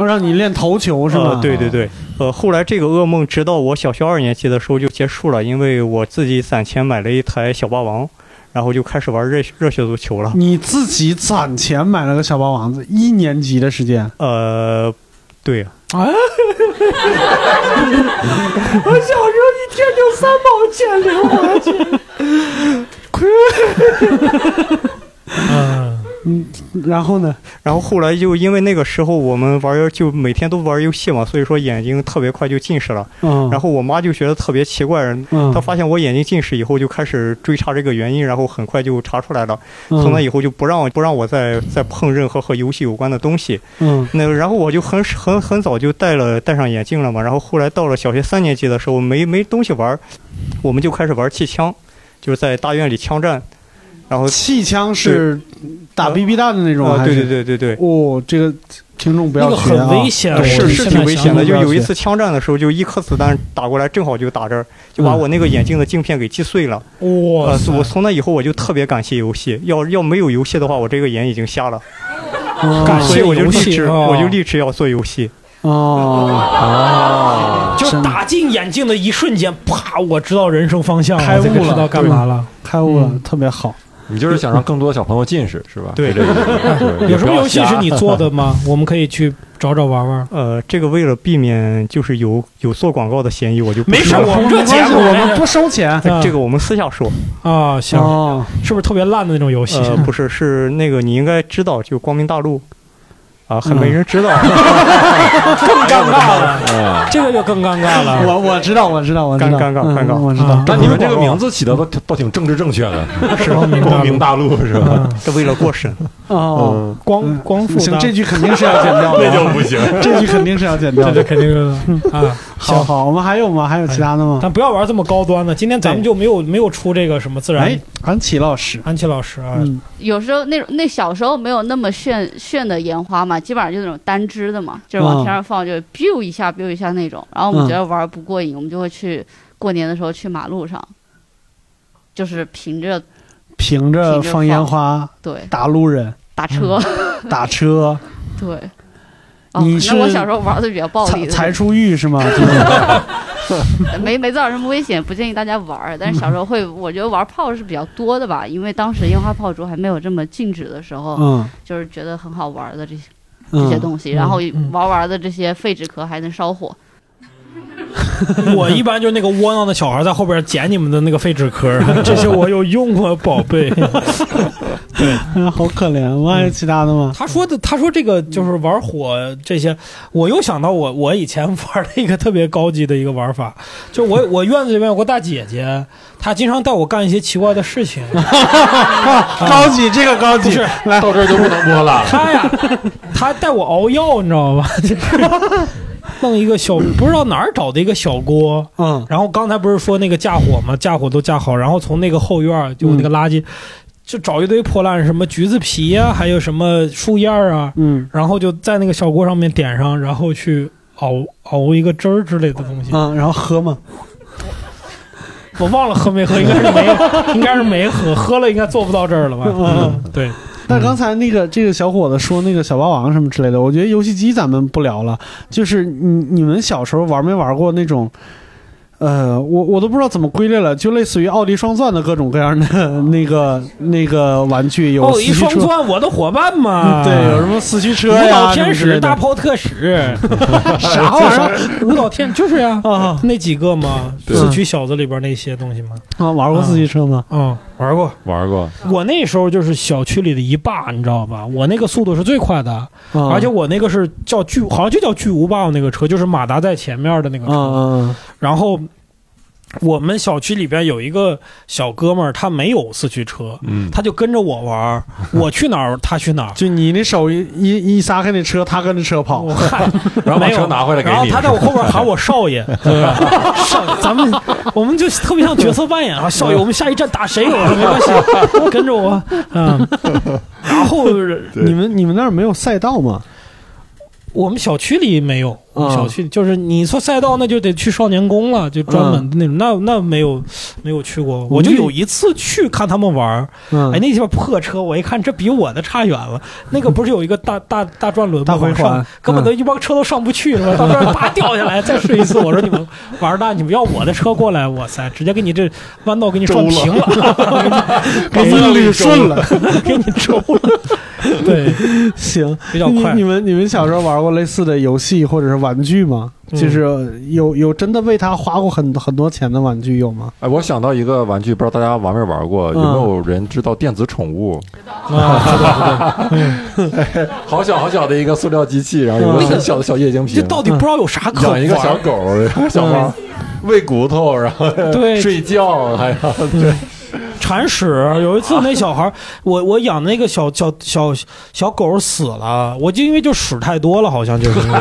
Speaker 2: 让你练头球是吗
Speaker 13: 呃？对对对，呃，后来这个噩梦直到我小学二年级的时候就结束了，因为我自己攒钱买了一台小霸王，然后就开始玩热热血足球了。
Speaker 2: 你自己攒钱买了个小霸王子，一年级的时间。
Speaker 13: 呃，对呀、
Speaker 2: 啊，
Speaker 14: 我小时候一天就三毛钱零花钱，亏。
Speaker 2: 嗯，然后呢？
Speaker 13: 然后后来就因为那个时候我们玩儿就每天都玩儿游戏嘛，所以说眼睛特别快就近视了。
Speaker 2: 嗯
Speaker 13: 然后我妈就觉得特别奇怪，
Speaker 2: 嗯
Speaker 13: 她发现我眼睛近视以后就开始追查这个原因，然后很快就查出来了。
Speaker 2: 嗯
Speaker 13: 从那以后就不让不让我再再碰任何和游戏有关的东西。
Speaker 2: 嗯
Speaker 13: 那然后我就很很很早就戴了戴上眼镜了嘛，然后后来到了小学三年级的时候，没没东西玩儿，我们就开始玩气枪，就是在大院里枪战，然后
Speaker 2: 气枪是打 BB 弹的那种，
Speaker 13: 啊
Speaker 2: 还是
Speaker 13: 对对对对对
Speaker 2: 哦，这个听众不要学啊，
Speaker 13: 是是挺危险的。就有一次
Speaker 2: 听
Speaker 13: 枪战的时候，就一颗子弹打过来，正好就打这儿，就把我那个眼镜的镜片给击碎了。
Speaker 3: 嗯哇
Speaker 13: 呃
Speaker 3: 塞
Speaker 13: 我从那以后我就特别感谢游戏，要要没有游戏的话，我这个眼已经瞎了。
Speaker 2: 嗯
Speaker 3: 感
Speaker 13: 所
Speaker 3: 谢
Speaker 13: 以我就
Speaker 3: 游
Speaker 13: 立
Speaker 3: 戏
Speaker 13: 志，
Speaker 3: 哦
Speaker 13: 我就立志要做游戏。
Speaker 2: 哦
Speaker 3: 就打进眼镜的一瞬间，啪，我知道人生方向
Speaker 2: 开
Speaker 3: 这
Speaker 2: 悟
Speaker 3: 个
Speaker 2: 了，
Speaker 3: 知道干嘛
Speaker 2: 对
Speaker 3: 了。，嗯
Speaker 2: 开悟了，特别好。
Speaker 4: 你就是想让更多的小朋友近视是吧？
Speaker 13: 对
Speaker 4: 是这个意思
Speaker 3: 有什么游戏是你做的？吗？我们可以去找找玩玩。
Speaker 13: 呃，这个为了避免就是有有做广告的嫌疑，我就不
Speaker 3: 没事
Speaker 13: 说了
Speaker 3: 我们这节目我们不嗯
Speaker 2: 收钱
Speaker 13: 哎这个我们私下说。
Speaker 3: 啊，行
Speaker 2: 哦，
Speaker 3: 是不是特别烂的那种游戏？
Speaker 13: 呃，不是，是那个你应该知道，就光明大陆。啊，
Speaker 3: 嗯
Speaker 13: 还没人知道，
Speaker 3: 更尴尬了，
Speaker 13: 嗯
Speaker 4: 啊，
Speaker 3: 这个就更尴尬了。
Speaker 2: 我我知道，我知道，我知道，
Speaker 13: 尴尬
Speaker 2: 嗯
Speaker 13: 尴尬啊
Speaker 2: 我知道。
Speaker 4: 但你们这个名字起的倒倒挺政治正确的，是 光明大陆是吧？
Speaker 13: 这为了过审。
Speaker 4: 嗯
Speaker 2: 哦，
Speaker 3: 光光复
Speaker 2: 行，
Speaker 3: 大
Speaker 2: 这句肯定是要剪掉的，
Speaker 4: 那就不行
Speaker 2: 这句肯定是要剪掉的，
Speaker 3: 这就肯定是啊。 哎
Speaker 2: 好好，我们还有吗？还有其他的吗？
Speaker 3: 但不要玩这么高端的，今天咱们就没有没有出这个什么自然。
Speaker 2: 哎，安琪老师，嗯
Speaker 3: 安琪老师啊，
Speaker 15: 有时候那种那小时候没有那么炫炫的烟花嘛，基本上就那种单支的嘛，就是往天上放，就
Speaker 2: 嗯
Speaker 15: biu 一下 biu 一下那种。然后我们觉得玩不过瘾，我们就会去过年的时候去马路上，就是凭着
Speaker 2: 凭着放烟花，
Speaker 15: 对，
Speaker 2: 打路人，嗯
Speaker 15: 打车，
Speaker 2: 打车，
Speaker 15: 对。哦、
Speaker 2: 你
Speaker 15: 可
Speaker 2: 是
Speaker 15: 能我小时候玩的比较暴力的，
Speaker 2: 才出 狱是吗？
Speaker 15: 没没造成什么危险，不建议大家玩儿。但是小时候会，我觉得玩炮是比较多的吧，因为当时烟花炮竹还没有这么禁止的时候，
Speaker 2: 嗯
Speaker 15: 就是觉得很好玩的这些
Speaker 2: 嗯
Speaker 15: 这些东西，
Speaker 3: 嗯
Speaker 15: 然后玩玩的这些废纸壳还能烧火。
Speaker 3: 我一般就是那个窝囊的小孩在后边捡你们的那个废纸壳 儿，这些我有用过，宝贝。
Speaker 2: 对， 好可怜。我还有其他的吗？
Speaker 3: 他说的，他说这个就是玩火这些，我又想到我我以前玩了一个特别高级的一个玩法，就我我院子里面有个大姐姐，她经常带我干一些奇怪的事情。
Speaker 2: 高级，这个高级，
Speaker 3: 是
Speaker 2: 来
Speaker 4: 到这儿就不能播了。
Speaker 3: 她呀，她带我熬药，你知 道吧？就是弄一个小不知道哪儿找的一个小锅，
Speaker 2: 嗯，
Speaker 3: 然后刚才不是说那个架火吗？架火都架好，然后从那个后院儿就那个垃圾。就找一堆破烂，什么橘子皮呀、还有什么树叶儿啊，
Speaker 2: 嗯，
Speaker 3: 然后就在那个小锅上面点上，然后去熬熬一个汁儿之类的东西。
Speaker 2: 嗯，然后喝吗？
Speaker 3: 我忘了喝没喝，应该是没， 应该是没喝，喝了应该做不到这儿了吧？
Speaker 2: 嗯，
Speaker 3: 对。
Speaker 2: 那刚才那个这个小伙子说那个小霸王什么之类的，我觉得游戏机咱们不聊了。就是你你们小时候玩没玩过那种，呃，我我都不知道怎么归类了，就类似于奥迪双钻的各种各样
Speaker 15: 哦
Speaker 2: 的 那个那个玩具，有
Speaker 3: 哦，
Speaker 2: 四
Speaker 3: 一
Speaker 2: 驱车
Speaker 3: 双 钻，我的伙伴嘛。
Speaker 2: 对，有什么四驱
Speaker 3: 舞
Speaker 2: 车呀
Speaker 3: 蹈，
Speaker 2: 什么
Speaker 3: 天
Speaker 2: 之类
Speaker 3: 使、
Speaker 2: 的
Speaker 3: 大炮特使， 啥玩意儿？舞蹈天就是呀，那几个嘛，
Speaker 2: 啊对嗯
Speaker 3: 四驱小子里边那些东西嘛。
Speaker 2: 啊，玩过四驱车吗？
Speaker 3: 嗯，玩过，
Speaker 4: 玩过。
Speaker 3: 我那时候就是小区里的一霸，你知道吧？我那个速度是最快的，
Speaker 2: 嗯
Speaker 3: 而且我那个是叫巨，好像就叫巨无霸，我那个车就是马达在前面的那
Speaker 2: 啊
Speaker 3: 个车。然后我们小区里边有一个小哥们儿，他没有四驱车，
Speaker 4: 嗯
Speaker 3: 他就跟着我玩 儿，我去哪儿他去哪儿。
Speaker 2: 就你那手一一一撒开那车，他跟着车跑，
Speaker 4: 然后把车拿回来给
Speaker 3: 然后
Speaker 4: 你。
Speaker 3: 他在我后边喊我少爷，对吧 少爷，咱们我们就特别像角色扮演啊，少爷，我们下一站打谁？我说没关系，跟着我，嗯，然后
Speaker 2: 你们你们那儿没有赛道吗？
Speaker 3: 我们小区里没有，我们
Speaker 2: 啊
Speaker 3: 小区就是你说赛道，那就得去少年宫了，就专门的那种。那那没有没有去过，我就有一次去看他们玩儿。
Speaker 2: 嗯
Speaker 3: 哎，那地方破车，我一看这比我的差远了。那个不是有一个大大大转轮吗？
Speaker 2: 大回
Speaker 3: 往上
Speaker 2: 环
Speaker 3: 根本
Speaker 2: 嗯
Speaker 3: 都一帮车都上不去，是吧？到这儿啪掉下来，再试一次。我说你们玩大，你们要我的车过来，哇塞，直接给你这弯道给你转平 了，
Speaker 2: 给你捋顺了，
Speaker 3: 给你周了。 对，
Speaker 2: 行，
Speaker 3: 比较快
Speaker 2: 你你们你们小时候玩过类似的游戏或者是玩具吗？
Speaker 4: 嗯
Speaker 2: 就是有有真的为它花过很很多钱的玩具有吗？
Speaker 4: 哎，我想到一个玩具，不知道大家玩没玩过？有
Speaker 3: 嗯
Speaker 4: 没有人知道电子宠物？
Speaker 3: 啊
Speaker 4: 哎好小好小的一个塑料机器，然后
Speaker 3: 嗯
Speaker 4: 有个很小的小液晶屏，
Speaker 3: 这到底不知道有啥可
Speaker 4: 养一个
Speaker 3: 玩儿
Speaker 4: 小狗，养个小猫，喂骨头，然后
Speaker 3: 嗯对
Speaker 4: 睡觉，还有对。
Speaker 3: 铲屎。有一次那小孩儿，我我养那个小小小小狗死了，我就因为就屎太多了，好像 就是因为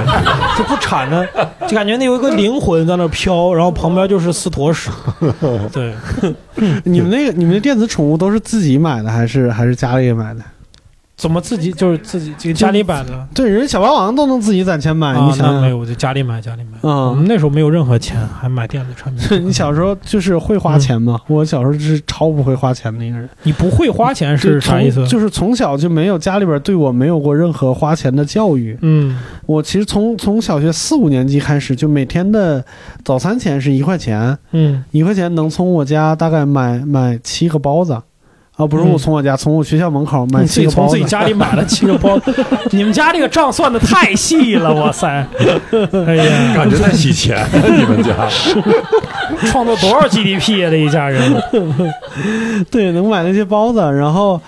Speaker 3: 就不铲着，就感觉那有一个灵魂在那飘，然后旁边就是四坨 屎。对，
Speaker 2: 你们那个你们的电子宠物都是自己买的还是还是家里买的？
Speaker 3: 怎么自己就是自己这个家里摆的？
Speaker 2: 对，人家小霸王都能自己攒钱买，
Speaker 3: 啊
Speaker 2: 你，想
Speaker 3: 那
Speaker 2: 想
Speaker 3: 没有，我就家里买，家里买。
Speaker 2: 嗯
Speaker 3: 我们那时候没有任何钱，还买电子产品。
Speaker 2: 你小时候就是会
Speaker 3: 嗯
Speaker 2: 花钱吗？我小时候是超不会花钱的一个人。
Speaker 3: 你不会花钱是啥意思？
Speaker 2: 就从就是从小就没有家里边对我没有过任何花钱的教育。
Speaker 3: 嗯，
Speaker 2: 我其实从从小学四五年级开始，就每天的早餐钱是一块钱，
Speaker 3: 嗯，
Speaker 2: 一块钱能从我家大概买买七个包子。啊，不是
Speaker 3: 嗯
Speaker 2: 我从我家，从我学校门口买
Speaker 3: 你自
Speaker 2: 七
Speaker 3: 己
Speaker 2: 个包
Speaker 3: 从
Speaker 2: 子，
Speaker 3: 自己家里买了七个 包子，你们家这个账算的太细了，哇塞！哎呀，
Speaker 4: 感觉在洗 钱，你们家。
Speaker 3: 创造多少 GDP 啊呀、这一家人，
Speaker 2: 对，能买那些包子。然后，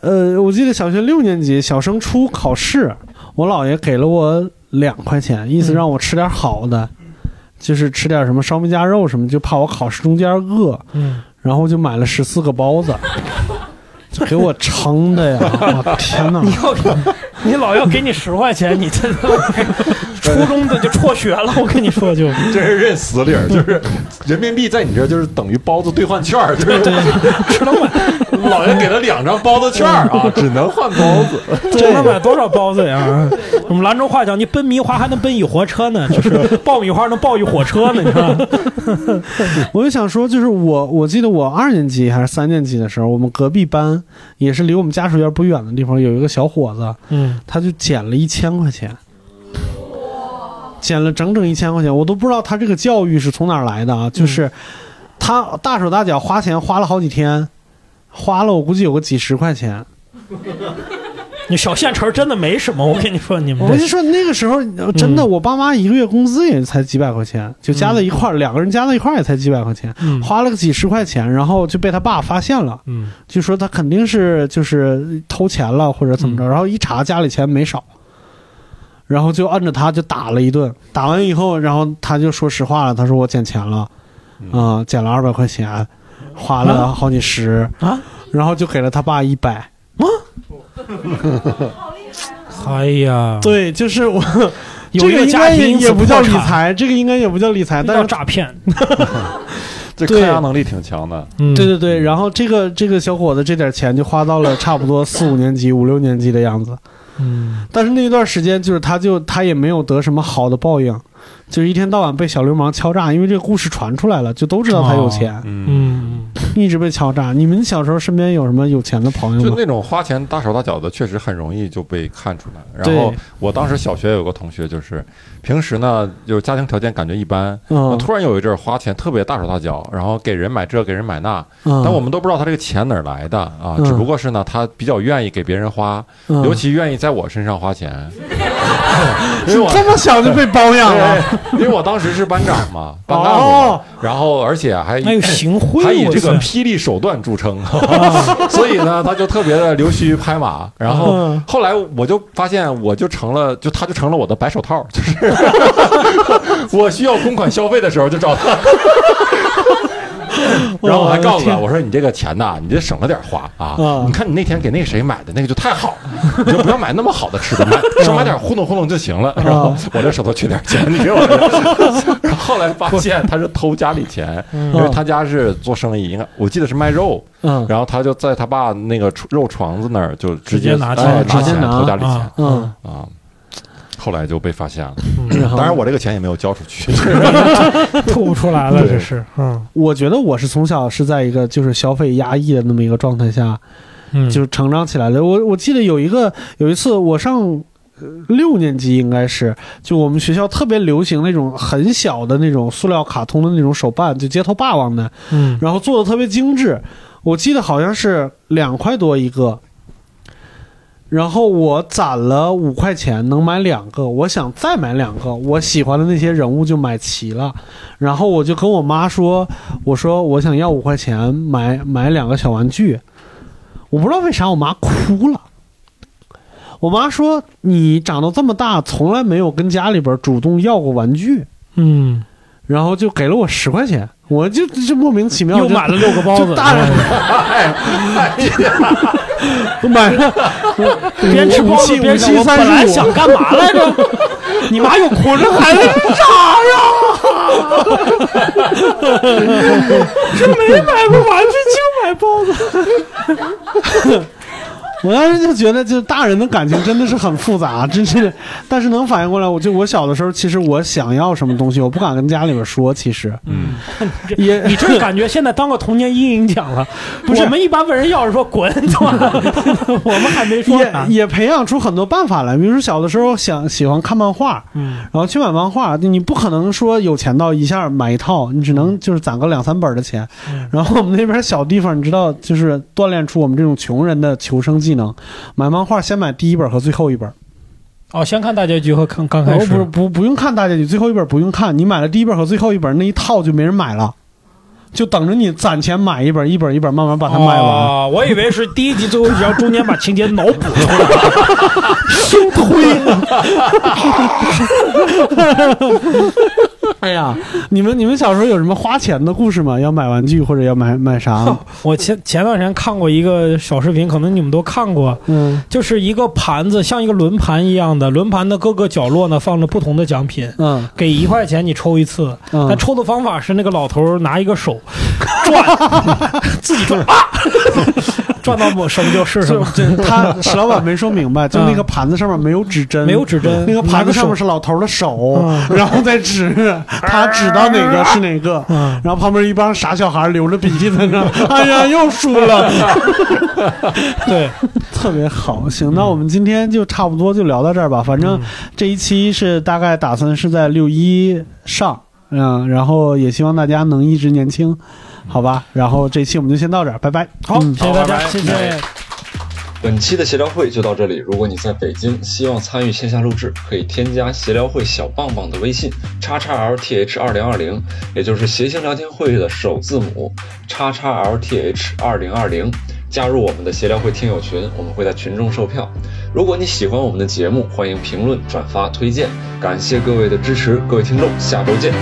Speaker 2: 呃，我记得小学六年级小升初考试，我姥爷给了我两块钱，意思让我吃点好的，就是吃点什么烧麦夹肉什么，就怕我考试中间饿，
Speaker 3: 嗯，
Speaker 2: 然后就买 了 十四个包子。给我撑的呀！我天哪！
Speaker 3: 你要你老要给你十块钱，你这 初中的就辍学了。我跟你说就，
Speaker 4: 这是认死理儿，就是人民币在你这儿就是等于包子兑换券儿，就是
Speaker 3: 只能买。
Speaker 4: 老爷给了两张包子券儿啊，只能换包子。
Speaker 3: 这能买多少包子呀？我们兰州话讲，你奔米花还能奔一火车呢，就是爆米花能爆一火车呢，你知道 吗？
Speaker 2: 我就想说，就是我我记得我二年级还是三年级的时候，我们隔壁班也是离我们家属院不远的地方，有一个小伙子，
Speaker 3: 嗯，
Speaker 2: 他就捡了一千块钱，捡了整整一千块钱，我都不知道他这个教育是从哪儿来的啊，
Speaker 3: 嗯
Speaker 2: 就是他大手大脚花钱花了好几天，花了我估计有个几十块钱。
Speaker 3: 你小县城真的没什么，我跟你说，你们
Speaker 2: 我就说那个时候呃真
Speaker 3: 嗯
Speaker 2: 的，我爸妈一个月工资也才几百块钱，就加在一块儿，两个人加在一块儿也才几百块钱，
Speaker 3: 嗯
Speaker 2: 花了个几十块钱，然后就被他爸发现了，
Speaker 3: 嗯，
Speaker 2: 就说他肯定是就是偷钱了或者怎
Speaker 3: 嗯
Speaker 2: 么着，然后一查家里钱没少，然后就按着他就打了一顿，打完以后，然后他就说实话了，他说我捡钱了，啊、
Speaker 3: 嗯
Speaker 2: 捡了二百块钱，花了好几十
Speaker 3: 啊，
Speaker 2: 然后就给了他爸一百啊。
Speaker 3: 哎呀，
Speaker 2: 对，就是我，
Speaker 3: 有
Speaker 2: 这
Speaker 3: 一
Speaker 2: 个
Speaker 3: 个
Speaker 2: 应
Speaker 3: 家
Speaker 2: 该
Speaker 3: 庭
Speaker 2: 也
Speaker 3: 因素
Speaker 2: 也不叫
Speaker 3: 破
Speaker 2: 理
Speaker 3: 产
Speaker 2: 财，这个应该也不叫理财，
Speaker 3: 这
Speaker 2: 但
Speaker 3: 叫
Speaker 2: 是
Speaker 3: 诈 骗。
Speaker 4: 这
Speaker 2: 对
Speaker 4: 抗压能力挺强的。
Speaker 2: 对对对，然后这个这个小伙子这点钱就花到了差不多四五年级、五六年级的样子，
Speaker 3: 嗯，
Speaker 2: 但是那一段时间就是他就他也没有得什么好的报应，就是一天到晚被小流氓敲诈，因为这个故事传出来了，就都知道他有钱，
Speaker 4: 哦
Speaker 3: 嗯，
Speaker 2: 一直被敲诈。你们小时候身边有什么有钱的朋友
Speaker 4: 就
Speaker 2: 吗？
Speaker 4: 那种花钱大手大脚的，确实很容易就被看出来。然后
Speaker 2: 对
Speaker 4: 我当时小学有个同学，就是平时呢，就是家庭条件感觉一般，
Speaker 2: 嗯
Speaker 4: 突然有一阵儿花钱特别大手大脚，然后给人买这给人买那，
Speaker 2: 嗯
Speaker 4: 但我们都不知道他这个钱哪儿来的啊，
Speaker 2: 嗯
Speaker 4: 只不过是呢，他比较愿意给别人花，
Speaker 2: 嗯
Speaker 4: 尤其愿意在我身上花 钱。因为我
Speaker 2: 这么小就被包养了，
Speaker 4: 因为我当时是班长嘛，班干部嘛
Speaker 2: 哦，
Speaker 4: 然后而且还
Speaker 3: 还有行贿
Speaker 4: 还以这
Speaker 3: 我
Speaker 4: 个
Speaker 3: 操
Speaker 4: 霹雳手段著 称，所以呢，他就特别的溜须拍马。然后
Speaker 3: 嗯
Speaker 4: 后来我就发现，我就成了，就他就成了我的白手套， 就是我需要公款消费的时候就找他。然后我还告诉他，我说你这个钱呐、你这省着点花啊
Speaker 2: 嗯！
Speaker 4: 你看你那天给那谁买的那个就太好了，你就不要买那么好的吃的， 买 少买点糊弄糊弄就行了。
Speaker 3: 啊
Speaker 4: 然后我这手头缺点钱，你给我这个。 然后后来发现他是偷家里钱，
Speaker 2: 嗯
Speaker 3: 啊
Speaker 4: 因为他家是做生意，应该我记得是卖肉，
Speaker 2: 嗯
Speaker 4: 然后他就在他爸那个肉床子那儿就直
Speaker 3: 接拿
Speaker 4: 拿
Speaker 3: 钱
Speaker 4: 拿
Speaker 3: 直接
Speaker 4: 钱
Speaker 3: 拿
Speaker 4: 偷家里钱
Speaker 3: 啊嗯
Speaker 2: 嗯
Speaker 4: 啊。后来就被发现了，
Speaker 2: 然后
Speaker 4: 当然我这个钱也没有交出去。
Speaker 3: 吐不出来了，这是，嗯，
Speaker 2: 我觉得我是从小是在一个就是消费压抑的那么一个状态下，
Speaker 3: 嗯
Speaker 2: 就成长起来的。我我记得有一个有一次我上呃六年级应该是，就我们学校特别流行那种很小的那种塑料卡通的那种手办，就街头霸王的，
Speaker 3: 嗯
Speaker 2: 然后做的特别精致。我记得好像是两块多一个，然后我攒了五块钱，能买两个。我想再买两个，我喜欢的那些人物就买齐了。然后我就跟我妈说：“我说我想要五块钱买买两个小玩具。”我不知道为啥我妈哭了。我妈说：“你长到这么大，从来没有跟家里边主动要过玩具。”
Speaker 3: 嗯，
Speaker 2: 然后就给了我十块钱，我就就莫名其妙
Speaker 3: 又
Speaker 2: 就
Speaker 3: 买了六个包子嗯
Speaker 2: 就大人 我买了，
Speaker 3: 边吃包子
Speaker 2: 武器
Speaker 3: 边想
Speaker 2: 武器
Speaker 3: 我
Speaker 2: 三
Speaker 3: 本
Speaker 2: 十五
Speaker 3: 来想干嘛来 着？你妈又哭着孩子
Speaker 14: 啥呀？
Speaker 2: 这没买过玩具，就买包子。我当时就觉得，就是大人的感情真的是很复杂，真是。但是能反应过来，我就我小的时候，其实我想要什么东西，我不敢跟家里边说，其实。
Speaker 4: 嗯，
Speaker 2: 也
Speaker 3: 你这感觉现在当个童年阴影讲了。
Speaker 2: 不是
Speaker 3: 我们一般问人要是说滚， 我们还没说啊呢
Speaker 2: 也。也培养出很多办法来，比如说小的时候想喜欢看漫画，
Speaker 3: 嗯，
Speaker 2: 然后去买漫画，你不可能说有钱到一下买一套，你只
Speaker 3: 嗯
Speaker 2: 能就是攒个两三本的钱。然后我们那边小地方，你知道，就是锻炼出我们这种穷人的求生技能，买漫画先买第一本和最后一本。
Speaker 3: 哦，先看大结局和看刚
Speaker 2: 哦
Speaker 3: 开，始
Speaker 2: 不是，不不用看大结局，最后一本不用看，你买了第一本和最后一本那一套就没人买了，就等着你攒钱买一本一本一本慢慢把它卖完。
Speaker 3: 哦，我以为是第一集最后一集，然后中间把情节脑补出来， 生推。
Speaker 2: 哎呀，你们你们小时候有什么花钱的故事吗？要买玩具或者要买买啥？
Speaker 3: 我前前段时间看过一个小视频，可能你们都看过，
Speaker 2: 嗯，
Speaker 3: 就是一个盘子，像一个轮盘一样的，轮盘的各个角落呢放着不同的奖品，
Speaker 2: 嗯，
Speaker 3: 给一块钱你抽一次，
Speaker 2: 嗯
Speaker 3: 但抽的方法是那个老头儿拿一个 手转， 自己转啊， 转到某什么就是什么，
Speaker 2: 他史老板没说明 白，就那个
Speaker 3: 嗯
Speaker 2: 盘子上面没有指针，
Speaker 3: 没有指针
Speaker 2: 那个盘
Speaker 3: 拿
Speaker 2: 子
Speaker 3: 个
Speaker 2: 上
Speaker 3: 手
Speaker 2: 面
Speaker 3: 嗯
Speaker 2: 是老头的手， 然后再指，他指到哪个是哪个，
Speaker 3: 嗯
Speaker 2: 然后旁边一帮傻小孩流着鼻涕在 那，哎呀，又输 了，
Speaker 3: 对，
Speaker 2: 特别好。行，那我们今天就差不多就聊到这儿吧，反正这一期是大概打算是在六一上，嗯，然后也希望大家能一直年轻，好吧？然后这期我们就先到这儿，拜拜。哎
Speaker 3: 好，
Speaker 2: 嗯
Speaker 3: 谢谢大家，谢谢。
Speaker 1: 本期的协聊会就到这里。如果你在北京，希望参与线下录制，可以添加协聊会小棒棒的微信叉叉 L T H 二零二零，也就是谐星聊天会的首字母叉叉 L T H 二零二零，加入我们的协聊会听友群，我们会在群中售票。如果你喜欢我们的节目，欢迎评论、转发、推荐。感谢各位的支持，各位听众，下周见。